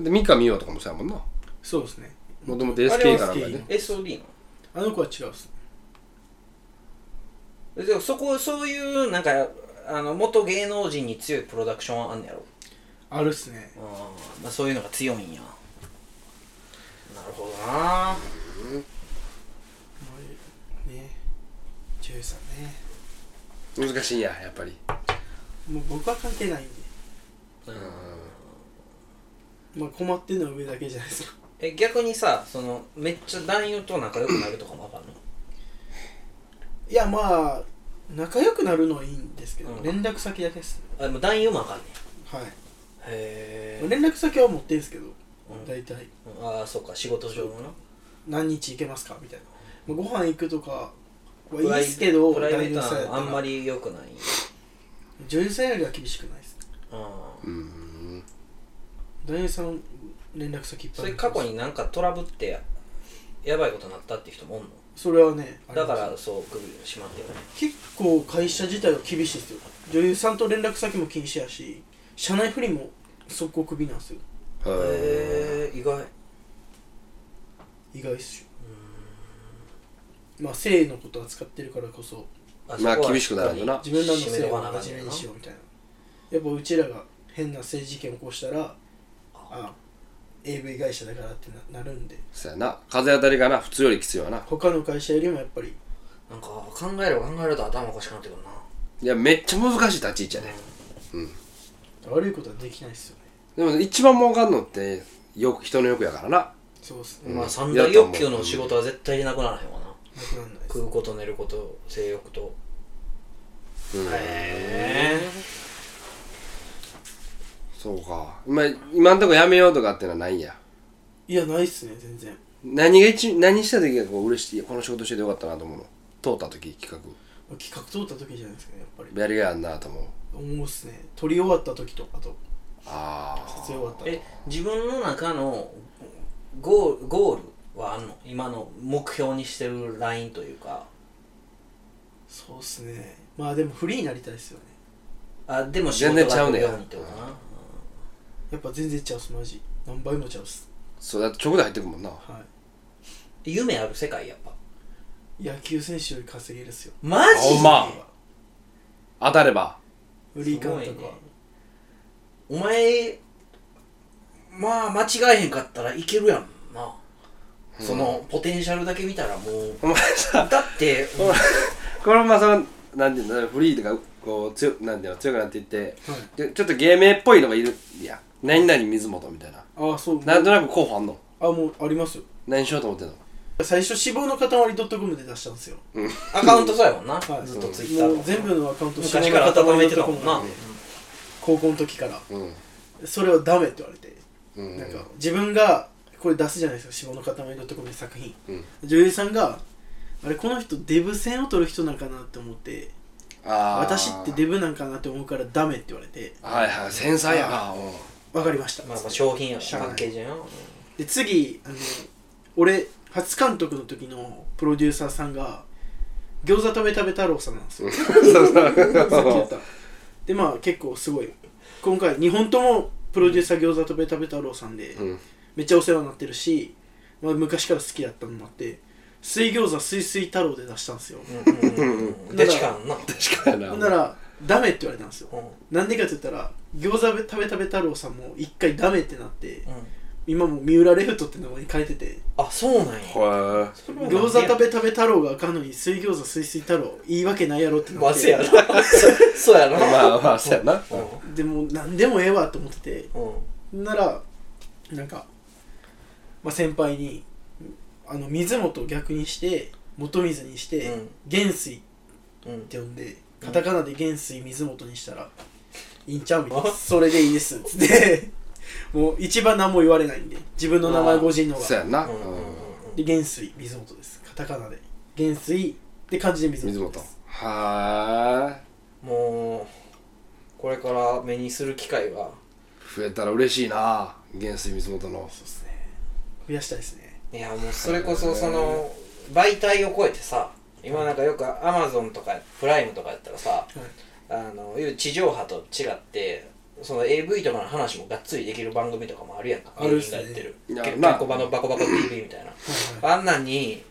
B: あで三上洋とかもそうやもんな
C: そうですね
B: もともと
A: あれ
B: SK
A: は
B: からやね
A: SOD の
C: あの子は違うっすね
A: えでもそこそういうなんかあの元芸能人に強いプロダクションはあんねやろ
C: あるっすね
A: あ、まあ、そういうのが強いんやなるほどな
C: ね女優さんね
B: 難しいんややっぱり
C: もう僕は関係ないんでまあ困ってるのは上だけじゃないですか
A: え逆にさそのめっちゃ男優と仲良くなるとかもあかんの
C: いやまあ仲良くなるのはいいんですけど、
A: うん
C: 連絡先だけっすね
A: あでも男優もあかんね
C: はい、
A: んへ
C: 連絡先は持ってんすけど、
A: ん
C: 大体
A: ああそうか仕事上のな
C: 何日行けますかみたいな、まあ、ご飯行くとかはい
A: プ
C: い
A: ライ
C: っすけど
A: プライベート
C: 男優さんやった
A: は
C: ら
A: あんまり良くない
C: 女優さんよりは厳しくないです
A: ああ
B: うん
C: 男優さん連絡先いっぱい
A: そ
C: あ
A: れ
C: ります
A: 過去になんかトラブってややばいことになったっていう人もおんの
C: それはねあり
A: だ
C: ます
A: からそう首閉まってるね
C: 結構会社自体は厳しいですよ女優さんと連絡先も禁止やし社内不倫も速攻クビなんですよ
A: えー、意外
C: 意外っすよまあ性のこと扱ってるからこそ
B: まあ厳しくなるんだな
C: 自分らの
A: せ
C: 性
A: い
C: を
A: は
C: 真
A: し
C: 面
A: めと
C: 目に
A: か
C: し
A: な
C: ようみたいなやっぱうちらが変な性事件起こしたらあ AV 会社だからってななるんで
B: そうやな風当たりがな普通よりきついわな
C: 他の会社よりもやっぱり
A: なんか考えれば考えると頭おかしくなってくるない
B: やめっちゃ難しい立ち位置やね
C: 悪いことはできないっすよね
B: でも一番儲かんのってよく人の欲やからな
C: そうっすね
A: まあ三大欲求の仕事は絶対になくならへんわな
C: なくなんないっす
A: 食うこと寝ること性欲と
B: うん
A: へ
B: そうか今今んとこやめようとかってのはないんや
C: いやないっすね全然
B: 何が一何した時がこう嬉しいいやこの仕事しててよかったなと思うの通った時企
C: 企画通った時じゃないですかねやっぱり
B: 画やりがいあんなと思う
C: 思うっすね撮り終わった時とあと
B: ああ
C: 撮影終わった
A: え自分の中のゴールゴールはあんの今の目標にしてるラインというか
C: そうっすねまあでもフリーになりたいっすよね
A: あでも仕事
B: 全然
A: が
B: ちゃうねや
A: ようにってことな
C: やっぱ全然ちゃうっすマジ何倍もちゃうっす
B: そうだって直で入ってくもんな
C: は
A: 夢ある世界やっぱ
C: い野球選手より稼げるっすよ
A: マ
B: あほ
A: ジ
B: んま当たれば
C: フリーカウン
A: す
C: ト
A: ごい
C: か
A: ねお前まあ間違えへんかったらいけるやんな、そのポテンシャルだけ見たらもう
B: お前さ
A: だって
B: このままそのなんていうのフリーとかこう強なんていうの強くなっていって
C: はい
B: でちょっと芸名っぽいのがいるいや何々水本みたいな
C: ああそう
B: なんとなく候補あんの
C: あもうありますよ
B: 何しようと思ってんの
C: 最初脂肪の塊 .com で出したんですよ
A: アカウントそうやもんな、
C: はい
A: ずっとツイッタ
C: も
A: ー
C: う
A: と
C: 全部のアカウント
A: 昔から温めてたもんな、
C: 高校の時から
B: うん
C: それをダメって言われて
B: うん
C: なんか自分がこれ出すじゃないですか脂肪の塊 .com で作品
B: うん
C: 女優さんがあれこの人デブ戦を取る人なんかなって思って
B: あー
C: 私ってデブなんかなって思うからダメって言われて
B: はいはい繊細やなうん
C: わかりました、
A: まあ、まあ商品やし
C: 社
A: パ
C: 内
A: ッケージやな
C: で次あの俺初監督の時のプロデューサーさんが餃子食べ食べ太郎さんなんです よさっき言ったでまあ結構すごい今回2本ともプロデューサー餃子食べ食べ太郎さんで、
B: うん
C: めっちゃお世話になってるし、まあ、昔から好きだったのもあって水餃子水水太郎で出したんですよ、
A: うんでしかんな、
B: 確かに
C: ほん
B: な
C: ならダメって言われたんですよ
A: うん
C: なんでかって言ったら餃子食べ食べ太郎さんも一回ダメってなって
A: うん、
C: 今もう三浦レフトって名前に変えてて
A: あそうなんや
B: へ
C: 餃子食べ食べ太郎があかんのに水餃子水水太郎いいわけないやろってな
A: ま
C: っ
A: せや
C: て
A: な そうやな
B: えまあまあそうやな
A: うん
C: でも何でもええわと思ってて
A: うん
C: ならなんか、まあ、先輩にあの水元を逆にして元水にして、
A: うん
C: 元水っ
A: うん
C: て呼んでカタカナで元水水元にしたらいいんちゃうみたいなそれでいいですっつってもう一番何も言われないんで自分の名前
A: あー
C: 個人の方
B: そう
C: が
B: やな
A: う
B: うん
A: うんうんうん
B: ん
C: で元水水元ですカタカナで元水って感じで水
B: 水
C: 元
B: 本
C: です
B: は
A: もうこれから目にする機会が
B: ーい増えたら嬉しいな元水水本の
C: そうですね増やしたいですね
A: いやもうそれこそその媒体を超えてさ今なんかよくアマゾンとかプライムとかやったらさあのいう地上波と違ってその AV とかの話もがっつりできる番組とかもあるやんか
C: あるっすね
A: 芸人がやってる
B: いや
A: 結
B: まあ
A: 構バのバコバコ TV みたいなあんなんに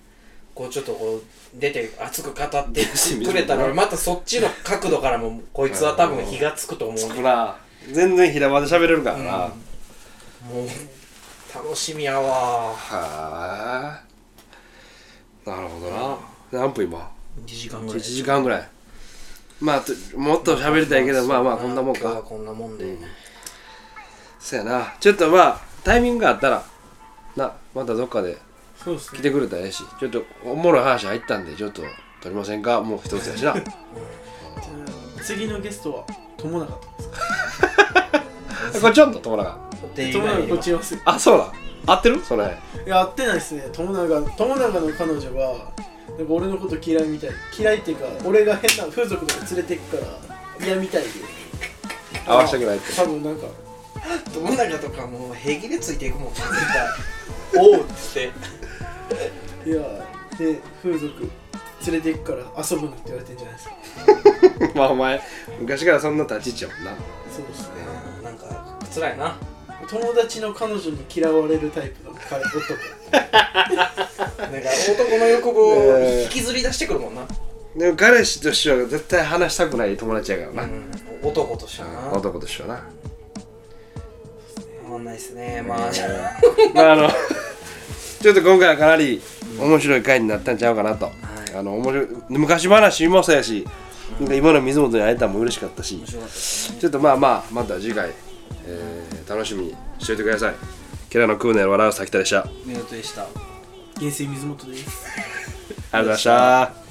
A: こうちょっとこう出て熱く語ってくれたらまたそっちの角度からもこいつは多分火がつくと思う
B: つく
A: ね
B: な全然平場で喋れるからな
A: うんもう楽しみやわ
B: はーいなるほどな何分今
A: 1時間ぐ
B: 1時間ぐらいまあともっと喋りたいけどまあまあこんなもん
A: 今日は
B: か
A: こんなもんで、
B: そうやなちょっとまあタイミングがあったらなまたどっかで
C: そうです
B: 来
C: ね
B: てくれたらええしちょっとおもろい話入ったんでちょっと撮りませんかもう一つ やしな
C: 次のゲストは友永と
B: これちょっと友永
A: で
C: 友永こっちい
A: は
C: ますよ
B: あそうだ合ってるそれ
C: いや会ってないですね友永友永の彼女がなんか俺のこと嫌いみたい嫌いっていうか俺が変な風俗とか連れてくから嫌みたいで
B: 合わせたくないって
C: 多分なんか
A: 友永とかもう平気でついていくもん絶対おうっつって
C: いやで風俗連れてくから遊ぶなって言われてんじゃないですか
B: まあお前昔からそんな立ち位置やもんな
C: そうですね
A: なんか辛いな
C: 友達の彼女に嫌われるタイプの 彼男
A: なんか男の欲望を引きずり出してくるもんな、
B: でも彼氏としては絶対話したくない友達やからな、
A: うん、男としてはな
B: 男とし てはな
A: 変わんないですねまあじゃ
B: まああの ちょっと今回はかなり面白い回になったんちゃうかなと、あの面白い昔話もそうやし、なんか今の水本に会えたのも嬉しかったし
A: 面白かったですね
B: ちょっとまあまあまた次回、えー楽しみにしておいてくださいケラの食うね笑う咲田でしたありが
A: 見
B: と
A: 事でした
C: 原水水元です
B: うございました